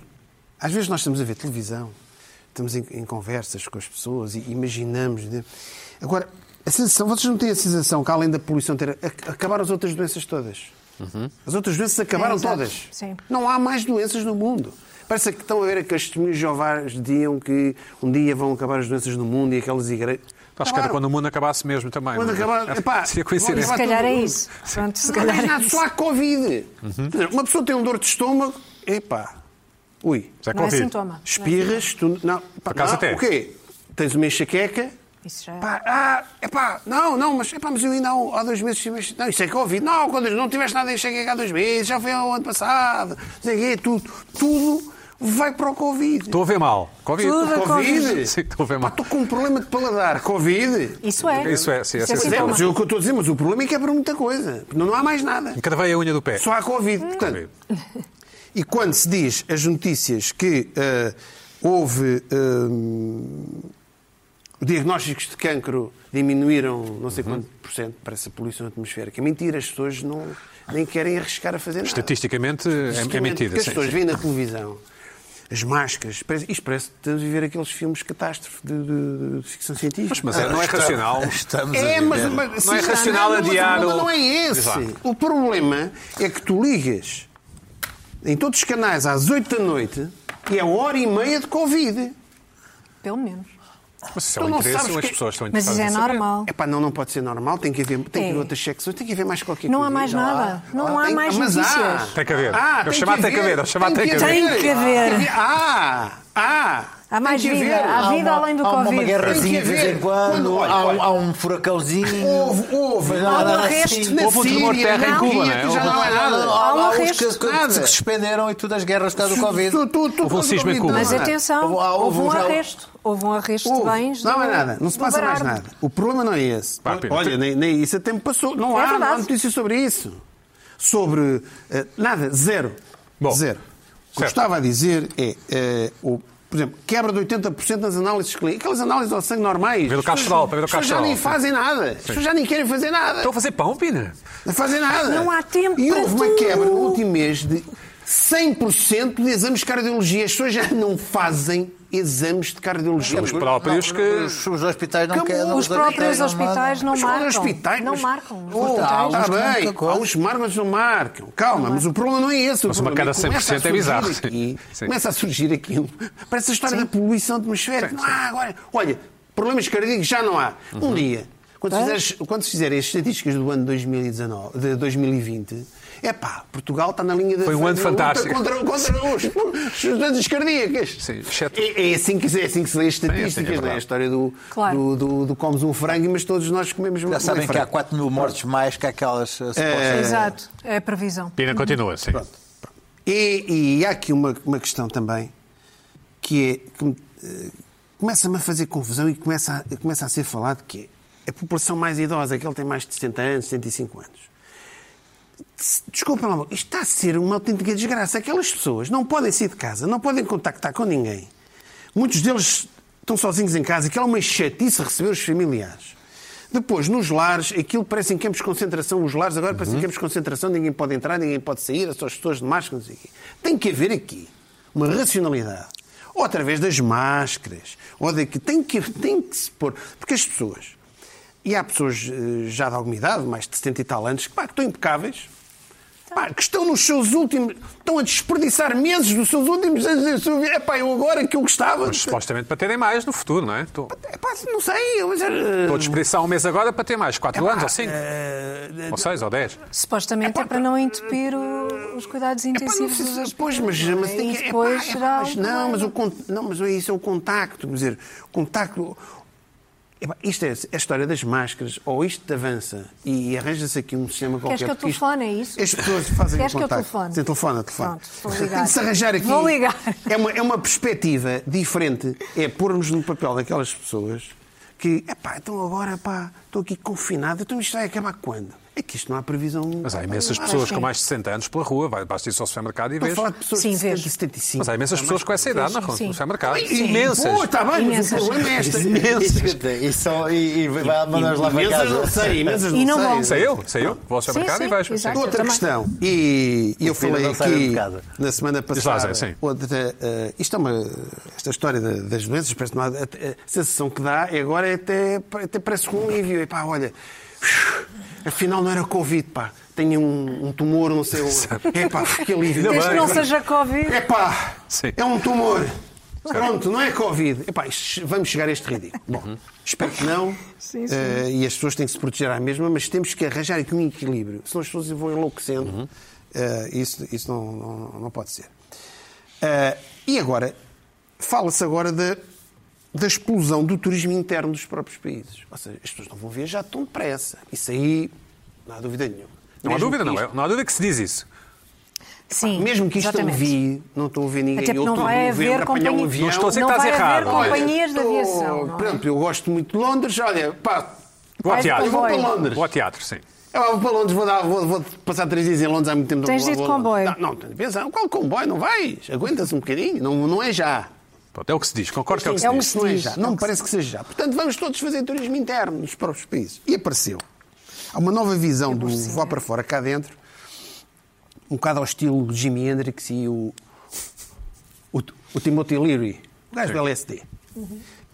B: Às vezes nós estamos a ver televisão, estamos em, em conversas com as pessoas e imaginamos. né? Agora, a sensação, vocês não têm a sensação que além da poluição ter. ac- acabaram as outras doenças todas? As outras doenças acabaram
D: É, exato.
B: todas.
D: Sim.
B: Não há mais doenças no mundo. Parece que estão a ver que as testemunhas de Jeová diziam que um dia vão acabar as doenças no mundo e aquelas igrejas.
A: Acho que era
B: Acabaram.
A: quando o mundo acabasse mesmo também.
B: Quando
A: não é?
B: acabar- epá,
A: Seria
B: vamos
A: coincidência.
D: Se calhar é
B: tudo.
D: isso. Pronto, se
B: Não
D: calhar
B: é
D: é
B: nada,
D: isso. Uhum.
B: só há Covid. Quer dizer, Uma pessoa tem um dor de estômago, epá, ui,
A: Já
D: Não é assim.
A: Covid.
D: sintoma.
B: espirras, tu, não, pá,
A: acaso
B: não,
A: até.
B: o quê? Tens uma enxaqueca,
D: Isso já é.
B: pá, ah, epá, não, não, mas, epá, mas eu ainda há, há dois meses, tive enx- não, isso é Covid, não, quando não tiveste nada de enxaqueca há dois meses, já foi ao ano passado, não sei o quê, tudo, tudo vai para o Covid.
A: Estou a ver mal. Covid.
D: Tudo a
B: Covid?
A: Sim, estou a ver
B: Pá,
A: mal.
B: estou com um problema de paladar, Covid.
D: Isso é.
A: Isso é, sim, é
B: Mas é,
D: sintoma.
B: mas é o que eu estou a dizer, mas o problema é que é para muita coisa, não, não há mais nada.
A: Encravei a unha do pé.
B: Só há Covid.
A: Hum.
B: Portanto, e quando se diz as notícias que eh, houve eh, diagnósticos de cancro diminuíram não
A: Uhum.
B: sei quanto por cento para essa poluição atmosférica, é mentira, as pessoas não, nem querem arriscar a fazer nada.
A: Estatisticamente é, é mentira.
B: Porque as
A: Sim,
B: pessoas
A: sim.
B: veem na televisão as máscaras, parece, isto parece que estamos a viver aqueles filmes catástrofe de, de- de ficção científica.
A: Mas, mas é- não é
E: Estamos-
A: racional.
E: Estamos
B: É,
E: a
B: mas,
E: viver.
B: mas
A: Não é
B: sim,
A: racional
B: não, mas
A: adiar
B: O problema
A: o-
B: não é esse.
A: Exato.
B: O problema é que tu ligas em todos os canais às 8 da noite e é hora e meia de Covid.
D: Pelo menos.
A: Mas se é
B: Tu
A: um
B: não
A: interesse,
B: sabes
A: as
B: que-
A: pessoas estão
D: Mas
A: interessadas.
D: isso é
A: em saber.
D: normal.
B: É pá, não, não pode ser normal, tem que haver, tem que haver
D: É.
B: outras secções, tem que haver mais qualquer
D: Não
B: coisa.
D: há mais nada. Não há
B: Tem-
D: mais
B: mas há.
D: notícias.
A: Tem que haver.
B: Ah,
A: Eu chamar tem que haver, eu chamar tem que
D: haver. Tem que haver.
B: Ah, ah.
D: Há mais
B: tem que
D: vida.
B: haver.
D: Há vida além do
E: há uma
D: Covid.
E: guerrazinha
B: Tem que
E: de vez em
B: haver.
E: quando,
B: Quando- olha,
E: há, um-
B: olha.
E: há um furacãozinho.
B: Houve, houve.
E: Mas não há
D: Há um
E: nada
D: arresto
E: assim.
B: na
A: Houve um tremor de
B: Síria,
A: terra em
B: na
A: Cuba,
B: Turquia,
A: não é?
B: que já
A: Houve-
B: não é nada.
E: Há,
D: um
E: há uns
D: arresto.
E: que, que se suspenderam e tudo as guerras está do Covid.
B: Tu, tu, tu,
A: Houve um
B: tu-
A: cisma em Cuba.
D: Mas
A: Não há.
D: atenção,
E: Houve- há-
D: houve um
E: houve um já-
D: arresto. Houve um arresto de
B: Houve.
D: bens.
B: Não
D: do-
B: é nada, não se
D: do
B: passa mais
D: Berardo.
B: nada. O problema não é esse.
A: Pá, Pedro,
B: Olha,
A: tu-
B: nem, nem isso até me passou. Não,
D: É
B: há, não há
D: verdade.
B: notícias sobre isso. Sobre eh, nada, zero.
A: Bom.
B: Zero. que eu estava a dizer é, eh, o, por exemplo, quebra de 80% nas análises clínicas. Aquelas análises ao sangue normais.
A: Ver o
B: As pessoas-
A: Castral, para ver o
B: as pessoas já
A: Castral.
B: nem fazem nada. As pessoas já nem querem fazer nada.
A: Estão a fazer pão, Pina?
B: Não fazem nada.
D: Não há tempo
B: E
D: para
B: houve uma
D: tudo.
B: quebra no último mês de 100% de exames de cardiologia. As pessoas já não fazem exames de cardiologia.
A: Os próprios que.
E: Os, os hospitais não
B: Acabou.
E: querem.
D: Os próprios hospitais não
B: Mas é quando
D: marcam.
B: hospitais,
D: Não
B: mas-
D: marcam. Os
B: Oh,
D: hospitais
B: Está
E: não marcam
B: bem, há
E: coisa.
B: uns que marcam, outros não marcam. Calma, mas o problema não é esse. O
A: Mas uma
B: problema é
A: cada
B: que
A: 100%
B: começa
A: é
B: a surgir
A: bizarro,
B: aqui-
A: sim. Sim.
B: Começa a surgir aquilo. Parece a história da poluição atmosférica. Não há agora. Olha, problemas cardíacos já não há.
A: Uhum.
B: Um dia, quando se fizeres- quando se fizerem as estatísticas do ano 2019, de 2020, é pá, Portugal está na linha da.
A: Foi um ano
B: da luta
A: fantástico.
B: Contra, contra os, os doenças cardíacas.
A: Sim, exceto-
B: é, é assim que, é assim que se lê as estatísticas, não é? A
A: verdade.
B: história do,
D: Claro.
B: do, do, do comes um frango, mas todos nós comemos um
E: Já sabem que há
B: frango.
E: 4 mil mortes mais que aquelas. eh,
D: É.
E: supostas.
D: Exato, é a previsão.
A: Pina continua, sim.
B: E, e há aqui uma, uma questão também que é. que me- eh, começa-me a fazer confusão e começa a, começa a ser falado que é a população mais idosa, aquele que tem mais de 70 anos, 75 anos. Desculpa lá, isto está a ser uma autêntica desgraça. Aquelas pessoas não podem sair de casa, não podem contactar com ninguém. Muitos deles estão sozinhos em casa, aquilo é uma chatice receber os familiares. Depois, nos lares, aquilo parece em campos de concentração. Os lares agora parecem campos de concentração, ninguém pode entrar, ninguém pode sair, é só as pessoas de máscara, não sei o quê. Tem que haver aqui uma racionalidade. Ou através das máscaras, ou daqui. Tem que, tem que se pôr. Porque as pessoas. E há pessoas eh, já de alguma idade, mais de 70 e tal anos, que, pá, que estão impecáveis, Pá, que estão nos seus últimos. Estão a desperdiçar meses dos seus últimos anos. da sua vida. É pá, eu agora que eu gostava.
A: Supostamente para terem mais no futuro, não é? Estou estou
B: É pá, não sei. Eu, eh,
A: a desperdiçar um mês agora para ter mais 4 anos, ou 5,
B: eh,
A: ou 6, ou 10.
D: Supostamente é para não entupir o- os cuidados
B: É pá, não
D: intensivos dos
B: precisa,
D: hospitais.
B: pois, mas,
D: não é?
B: mas tem
D: E
B: que- é pá,
D: depois
B: é pá,
D: será
B: mas
D: um
B: não, mas
D: problema.
B: o con- não, mas é isso é o contacto, quer dizer, o contacto. É pá, isto é a história das máscaras, ou isto avança e arranja-se aqui um sistema qualquer.
D: Queres que eu
B: porque isto-
D: telefone, é isso?
B: As pessoas fazem
D: Queres
B: o
D: que eu
B: contacto.
D: telefone?
B: Sim, telefona, telefona.
D: Pronto, vou ligar.
B: Tem de se arranjar aqui.
D: Vou ligar.
B: É uma, é uma perspectiva diferente. É pôr-nos no papel daquelas pessoas que, epá, então agora, pá, estou aqui confinado, então isto vai acabar quando? É que isto não há previsão.
A: Mas há imensas
D: Ah,
A: pessoas
D: sim.
A: com mais de 60 anos pela rua, vai- basta ir só ao supermercado e
B: Estou a
A: vês.
B: falar de pessoas
D: Sim,
B: de
D: vejo.
B: 70, 75.
A: Mas há imensas pessoas com essa idade na rua,
D: Sim.
A: no supermercado.
B: Sim. Boa,
A: Imensas.
B: está bem, mas o
D: Imensas.
B: problema é este.
E: E, só- e, e vai mandar-nos lá para
B: Imensas
E: casa. É
B: não sei, imensas
D: E não
B: não
D: vão.
B: sei.
A: Sei eu, sei eu. Vou ao supermercado
D: sim,
A: e vejo.
D: exato.
B: Outra
D: também.
B: questão, e eu falei
E: não saem
B: aqui
E: de casa.
B: na semana
A: Eles
B: passada,
A: fazem, sim.
B: outra, eh, isto é uma, esta história da- das doenças, parece uma, a, eh, a sensação que dá é agora é até, até parece um alívio, e pá, olha, afinal não era Covid, pá, tinha um, um tumor, não sei onde, é pá, que alívio.
D: Desde que não seja Covid.
B: É pá,
A: Sim.
B: é um tumor. Pronto, não é Covid. Epá, isto- vamos chegar a este ridículo. Bom,
A: Uhum.
B: espero que não. Eh, e as pessoas têm que se proteger à mesma, mas temos que arranjar aqui um equilíbrio. Senão as pessoas vão enlouquecendo.
A: Uhum.
B: Eh, isso isso não, não, não pode ser. Eh, e agora, fala-se agora da, da explosão do turismo interno dos próprios países. Ou seja, as pessoas não vão viajar tão depressa. Isso aí, não há dúvida nenhuma.
A: Não há
B: Mesmo
A: dúvida,
B: que
A: não.
B: isto-
A: é? Não há dúvida que se diz isso.
D: Sim,
B: Mesmo que isto
D: exatamente.
B: alivie, não estou a ouvir ninguém.
D: Até porque não
B: Eu estou a
D: vai
B: ouvir
D: haver
B: apanhar um
D: companhia-
B: avião.
A: Não estou a dizer
D: Não
A: que estás
D: vai haver
A: errado. Olha,
D: companhias de
B: Estou-
D: aviação. não é?
B: Por exemplo, eu gosto muito de Londres. Olha, pá,
A: Vou ao
D: Vais de
A: teatro.
B: eu vou para
D: comboio.
B: Londres.
A: Vou ao teatro, sim.
B: Eu vou para Londres, vou, dar- vou- vou passar três dias em Londres há muito tempo. não
D: Tens
B: vou-
D: de ir de
B: vou a Londres.
D: comboio.
B: Não, não, pensa, qual comboio? Não vais? Aguenta-se um bocadinho, não, não é já.
A: Pronto, é o que se diz. Concordo que é o que
D: É
A: se
D: um-
A: diz.
B: Isso não é
D: diz.
B: já. Não me parece que seja já. Portanto, vamos todos fazer turismo interno nos próprios países. E apareceu. Há uma nova
D: É
B: visão do vá para fora, cá dentro, um bocado ao estilo Jimi Hendrix e o, o, o Timothy Leary, o gajo do LSD,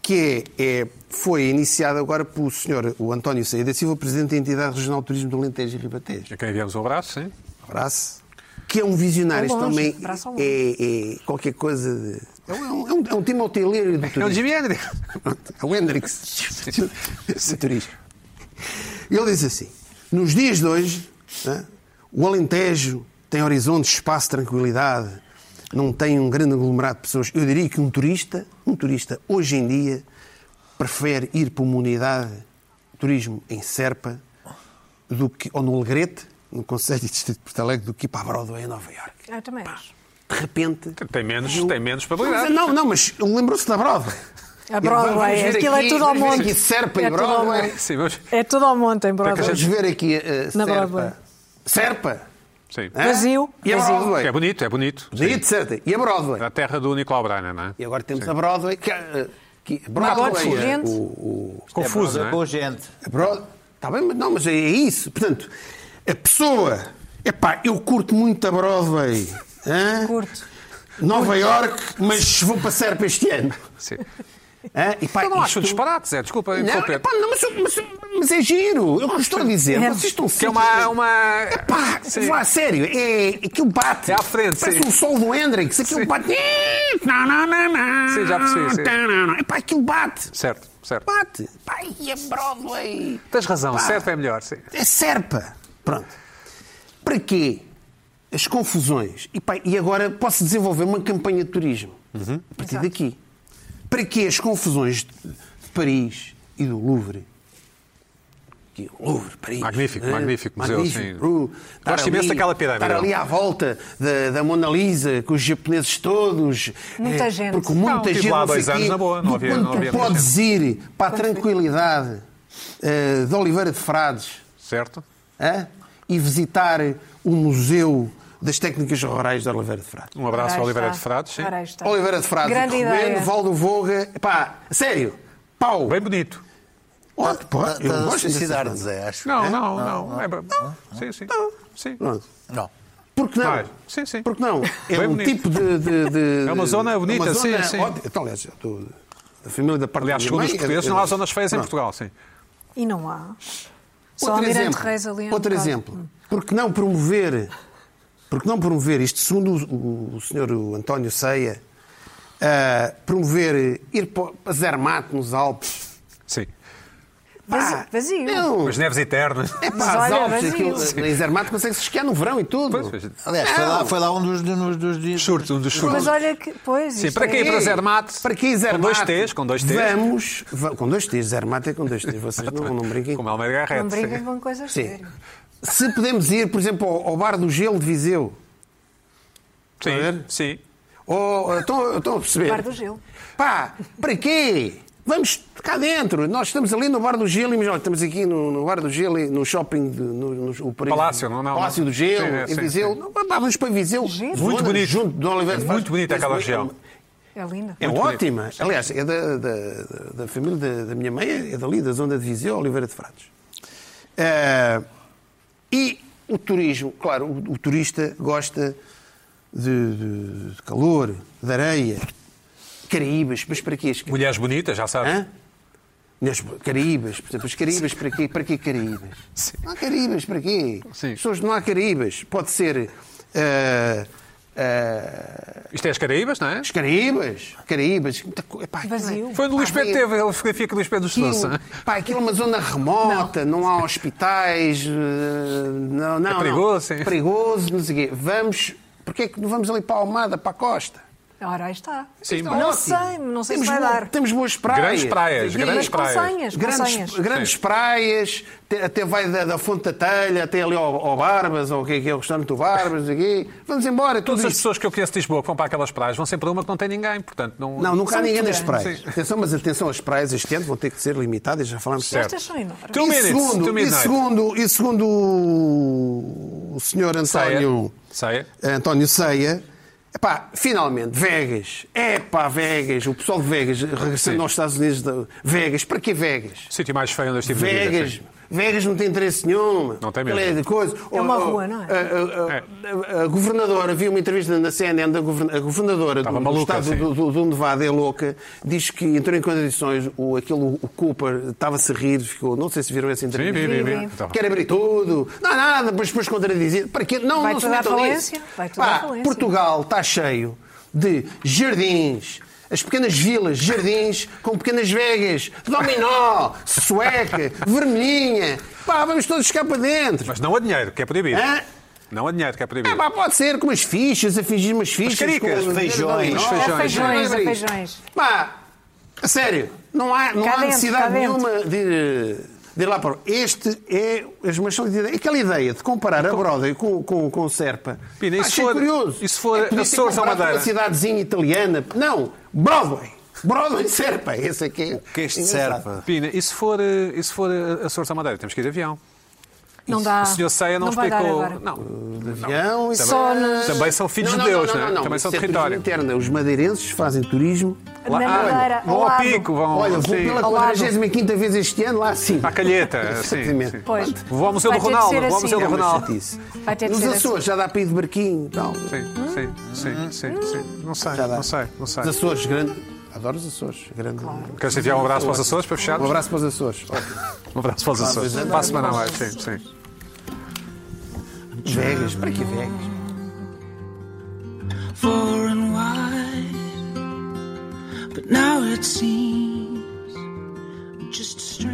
B: que é, é- foi iniciado agora pelo senhor o António Saída Silva, presidente da entidade regional de turismo do Alentejo e Ribatejo
A: A quem enviamos um abraço, sim.
B: abraço, que é um visionário.
D: Ao
B: Isto
D: longe,
B: também
D: abraço ao
B: é, é qualquer coisa de. É um, é um, é um time hoteleiro do turismo.
A: Jimi Hendrix.
B: É o Hendrix do turismo. Ele diz assim: nos dias de hoje, né, o Alentejo tem horizontes, espaço, tranquilidade, não tem um grande aglomerado de pessoas. Eu diria que um turista, um turista hoje em dia, prefere ir para uma unidade de turismo em Serpa do que, ou no Alegrete, no Conselho de Distrito de Porto Alegre, do que ir para a Broadway em Nova Iorque.
D: Eu Ah, também acho.
B: De repente.
A: Tem menos,
B: Eu-
A: tem menos
B: Mas,
A: probabilidade.
B: não, não, mas lembrou-se da Broadway.
D: A Broadway,
B: Vamos ver
D: aquilo
B: aqui,
D: é tudo ao
B: vamos ver
D: monte.
B: aqui Serpa e
D: é tudo ao
B: Broadway.
D: monte.
A: Sim, mas
D: É tudo ao monte em Broadway.
B: Vamos ver aqui a
D: Na
B: eh, Serpa.
D: Broadway.
B: Serpa.
A: Sim.
B: Hã?
D: Vazio,
B: E a
D: vazio.
B: Broadway.
A: É bonito, é bonito.
B: Daí de certa. E a Broadway.
A: A terra do Nicolau Brainer, não é?
B: E agora temos a Broadway. Que, eh, que
D: Magotes,
B: Broadway. eh,
D: gente.
B: O, o,
A: Confuso,
E: é,
A: não é?
E: com gente.
B: Está bem, mas não, mas é isso. Portanto, a pessoa. Epá, eu curto muito a Broadway. hã?
D: Curto.
B: Nova York, mas vou passar para este ano.
A: Sim.
B: Hã? E, pá,
D: Então
A: Eu não acho
B: isto-
A: um disparate, Zé, desculpa.
B: Não, é
A: interromper.
B: epá, não, mas, mas- mas é giro. Eu estou a dizer.
D: É.
B: Vocês estão
A: que é uma.
B: sempre-
A: uma...
B: É Pá,
A: Sim.
B: vá, a sério, é aquilo bate.
A: É à frente,
B: Parece
A: sim.
B: um sol do Hendrix, aquilo
A: Sim.
B: bate. Não, não, não, não.
A: Sim, já percebi, sim.
B: Não, não, não. Epá, aquilo bate.
A: Certo, certo.
B: Bate. Pá, e a Broadway.
A: Tens razão,
B: Pá.
A: certo é melhor, sim.
B: É serpa. Pronto. Para quê? As confusões. E, pá, e agora posso desenvolver uma campanha de turismo.
A: Uhum.
B: A partir
D: Exato.
B: daqui. Para quê as confusões de de Paris e do Louvre? Que Louvre, Paris.
A: Magnífico,
B: né?
A: magnífico museu, sim.
B: Uh, estar
A: Gosto imenso
B: ali-
A: daquela pirâmide.
B: Estar ali à volta da, da Mona Lisa, com os japoneses todos.
D: Muita
B: eh,
D: gente.
B: Porque muita
A: Não, estive
B: gente.
A: lá há
B: não sei
A: dois
B: quê.
A: anos, na boa, não
B: Do
A: havia-
B: quanto
A: não havia muita
B: podes ir para a tranquilidade eh, de Oliveira de Frades
A: Certo?
B: hã? e visitar o Museu das Técnicas Rurais de Oliveira de Frades.
A: Um abraço
D: Ora aí
A: ao Oliveira de
D: está.
A: Frades, sim.
D: Ora aí está.
B: Oliveira de Frades,
D: Grande
B: recomendo,
D: ideia.
B: Valdo Voga, pá, sério, pau.
A: Bem bonito.
B: Olha, pô, eu
E: Estás a
B: gosto desse
E: tá
B: tipo
E: suicidar,
B: cidade.
E: Zé, acho.
A: Não,
E: é?
A: não, não. É bem- Sim, sim. Sim.
B: Pronto.
E: Não.
B: Porque não?
A: Vai. Sim, sim.
B: Porque não? É
A: Bem
B: um
A: bonito.
B: tipo de, de- de-
A: É uma zona
B: de-
A: bonita,
B: uma
A: sim, sim.
B: ótima. Então, aliás, eu estou da família da parte
A: Aliás,
B: da minha
A: segundo os
B: mãe,
A: portugueses,
B: é-
A: não há zonas feias em
B: Pronto.
A: Portugal, sim.
D: E não há. Só
B: Outro
D: Almirante
B: exemplo,
D: Reis ali. um
B: outro
D: António.
B: exemplo. Porque não promover, porque não promover isto, segundo o, o senhor António Ceia, ah, promover ir para para Zermatt nos Alpes. Ah,
A: Sim.
B: Pá,
D: Vazio. vazio.
B: Não,
A: As neves eternas.
B: é pá,
D: Mas
B: as
D: olha,
B: Alpes,
D: vazio.
B: aquilo, em Zermatt consegue-se esquiar no verão e tudo.
A: Pois, pois.
E: Aliás, foi lá, foi lá um dos, dos, dos dias.
A: Surto, um dos surtos.
D: Mas olha que. Pois.
A: Sim,
D: isto
A: para
D: é-
A: quê?
B: Ei,
A: Para Zermatt.
B: Para que Zermatt?
A: Com dois T's, com dois T's.
B: Vamos, va- com dois T's, Zermatt é com dois T's, vocês não, não brinquem.
A: Como Almeida
D: Não
A: Garrett.
D: brinquem
A: sim.
D: com coisas
B: Sim.
D: sérias.
B: Se podemos ir, por exemplo, ao, ao Bar do Gelo de Viseu, Está a
A: Sim,
B: ver?
A: sim.
B: ou, estão, estão a perceber?
D: Bar do Gelo.
B: Pá, para quê? Vamos cá dentro. Nós estamos ali no Bar do Gelo, e nós estamos aqui no, no Bar do Gelo, e no shopping, de- no, no- o Paris-
A: Palácio, não, não,
B: Palácio
A: não.
B: do Gelo,
A: Sim, é,
B: em
A: sim,
B: Viseu.
A: sim.
B: Não, pá, vamos para Viseu.
D: Giro.
A: Muito
B: Zona
A: bonito.
B: Junto de Oliveira.
A: É
B: Faz-
A: muito bonita aquela região.
D: É linda.
B: É
A: Muito bonito.
B: ótima. Aliás, é da, da- da- da família da, da minha mãe, é dali, da zona de Viseu, Oliveira de Frades. Eh, e o turismo, claro, o, o turista gosta de, de- de calor, de areia, Caraíbas, mas para quê? as Caraíbas?
A: Mulheres bonitas, já sabes.
B: Hã? Nas Caraíbas, por exemplo, as Caraíbas para quê? Para quê Caraíbas?
A: Sim.
B: Não há Caraíbas para quê?
A: Sim.
B: As Pessoas, não há Caraíbas. Pode ser eh, eh,
A: Isto é as Caraíbas, não é?
B: as Caraíbas, Caraíbas, muita coisa. Epá, é
D: Vazio.
A: Foi onde o Luís Pedro teve, ele fotografia que o Luís Pedro nos trouxe.
B: Aquilo, pá, aquilo é uma zona remota, não, há hospitais, eh, não, não,
A: É perigoso,
B: não.
A: sim.
B: perigoso, não sei o quê. Vamos, porquê é que não vamos ali para a Almada, para a costa?
D: Ora, aí está.
A: Sim,
B: Isto é
A: mas-
D: Não
B: ótimo.
D: sei, não sei se
B: temos
D: vai
B: boa-
D: dar.
B: Temos boas praias.
A: Grandes praias,
B: Grandes
A: grandes
D: Mas com
A: praias.
D: senhas, com senhas.
B: Grandes, grandes praias, te- até vai da, da Fonte da Telha, até ali ao, ao Barbas, ou o que é que é o restaurante do Barbas, não sei o quê. Vamos embora, é tudo
A: Todas as
B: isto.
A: pessoas que eu conheço de Lisboa que vão para aquelas praias vão sempre a uma que não tem ninguém, portanto não.
B: Não, nunca há
D: São
B: ninguém nas
D: muito
B: praias. Atenção, mas atenção, as praias este ano vão ter que ser limitadas, já falámos sobre
A: Certo.
D: Estas são enormes.
A: Two
B: E
A: minutes, two
B: segundo, e
A: midnight.
B: segundo, e segundo o senhor
A: Ceia.
B: António, eh,
A: Ceia.
B: António Ceia, epá, finalmente, Vegas. Epá, Vegas, o pessoal de Vegas, regressando
A: Sim.
B: aos Estados Unidos, de- Vegas, para que Vegas?
A: O sítio mais feio onde eu estive na vida,
B: Vegas,
A: sim.
B: Vegas não tem interesse nenhum.
A: tipo Não tem mesmo. É.
B: Aquela é de coisa.
D: É uma
B: Oh, oh,
D: rua, não é?
B: A, a- a- a governadora, havia uma entrevista na CNN da govern- a governadora
A: Estava
B: do, do
A: maluca,
B: estado
A: sim.
B: do, do, do Nevada, é louca, diz que entrou em condições, o, aquele, o Cooper estava-se a rir, ficou, não sei se viram essa
A: Sim,
B: entrevista.
A: vi, vi, vi.
D: Sim, sim.
A: Então,
B: Quer abrir tudo, não há nada, depois, depois contradizir. Para quê? Não,
D: Vai
B: não se
D: tudo à
B: metam
D: falência,
B: nisso.
D: vai tudo
B: Pá,
D: à falência.
B: Portugal está cheio de jardins, as pequenas vilas, jardins com pequenas vegas, dominó, sueca, vermelhinha. Pá, vamos todos cá para dentro.
A: Mas não há dinheiro, que é proibido.
B: Hã?
A: Não há dinheiro, que é proibido.
B: É, pá, pode ser com umas fichas, a fingir umas fichas.
A: caricas,
B: com...
E: feijões,
B: dominó.
A: feijões.
D: É feijões, é
B: Lembra
D: feijões.
B: isto? Pá, a sério, não há, não
D: Cá
B: há
D: dentro, cá
B: necessidade
D: dentro.
B: nenhuma de ir, de ir lá para. o- Este é. As minhas são de ideia. Aquela ideia de comparar a Broadway com, com, com Serpa.
A: Pina, e
B: pá,
A: se
B: achei
A: for-
B: curioso.
A: e se for
B: é, podia ter
A: Açores ou
B: comprado
A: Madeira?
B: Uma cidadezinha italiana. Não, Broadway. Broadway Serpa. Esse aqui é.
E: Que este
B: engraçado.
E: serve.
A: Pina, e se for, eh, e se for eh, Açores à Madeira? Temos que ir de avião.
D: Ah, Não dá.
A: O senhor Ceia não,
D: vai dar
A: explicou.
D: agora.
A: Não.
B: Avião e
D: Só
B: Não, é-
D: nos-
A: Também são filhos
B: não, não,
A: de Deus,
B: não, não,
A: né?
B: não.
A: Também são
B: Isso é
A: território.
B: turismo interno. Os madeirenses fazem turismo.
D: Na Madeira,
A: vão
D: ao
A: ao
D: lado.
A: pico, vão
B: Olha, vou
A: sim,
B: pela
D: Ao lado.
B: 45 vez este ano, lá assim.
A: à calheta. sim,
B: Exatamente.
A: sim.
D: Pois.
A: Vou ao Museu do
D: Vai ter de
A: Ronaldo,
D: ser
A: vou ao
D: assim.
A: Museu do
B: É uma
A: Ronaldo.
B: chatice.
D: Vai ter de
B: Nos
D: ser assim.
B: Açores já dá para ir de barquinho e tal.
A: Sim,
D: Hum?
A: sim, sim,
B: Hum?
A: sim, sim. Não sei,
B: Já dá.
A: não sei, não sei.
B: Os Açores, grande. Adoro os Açores. Grande.
A: Queres enviar um abraço para os Açores para fechar?
B: Um abraço para os Açores.
A: Um abraço para os Açores.
B: é.
A: Para a semana mais, sim, sim.
B: Vegas, para que Vegas?
F: far and wide. But now it seems I'm just a stranger.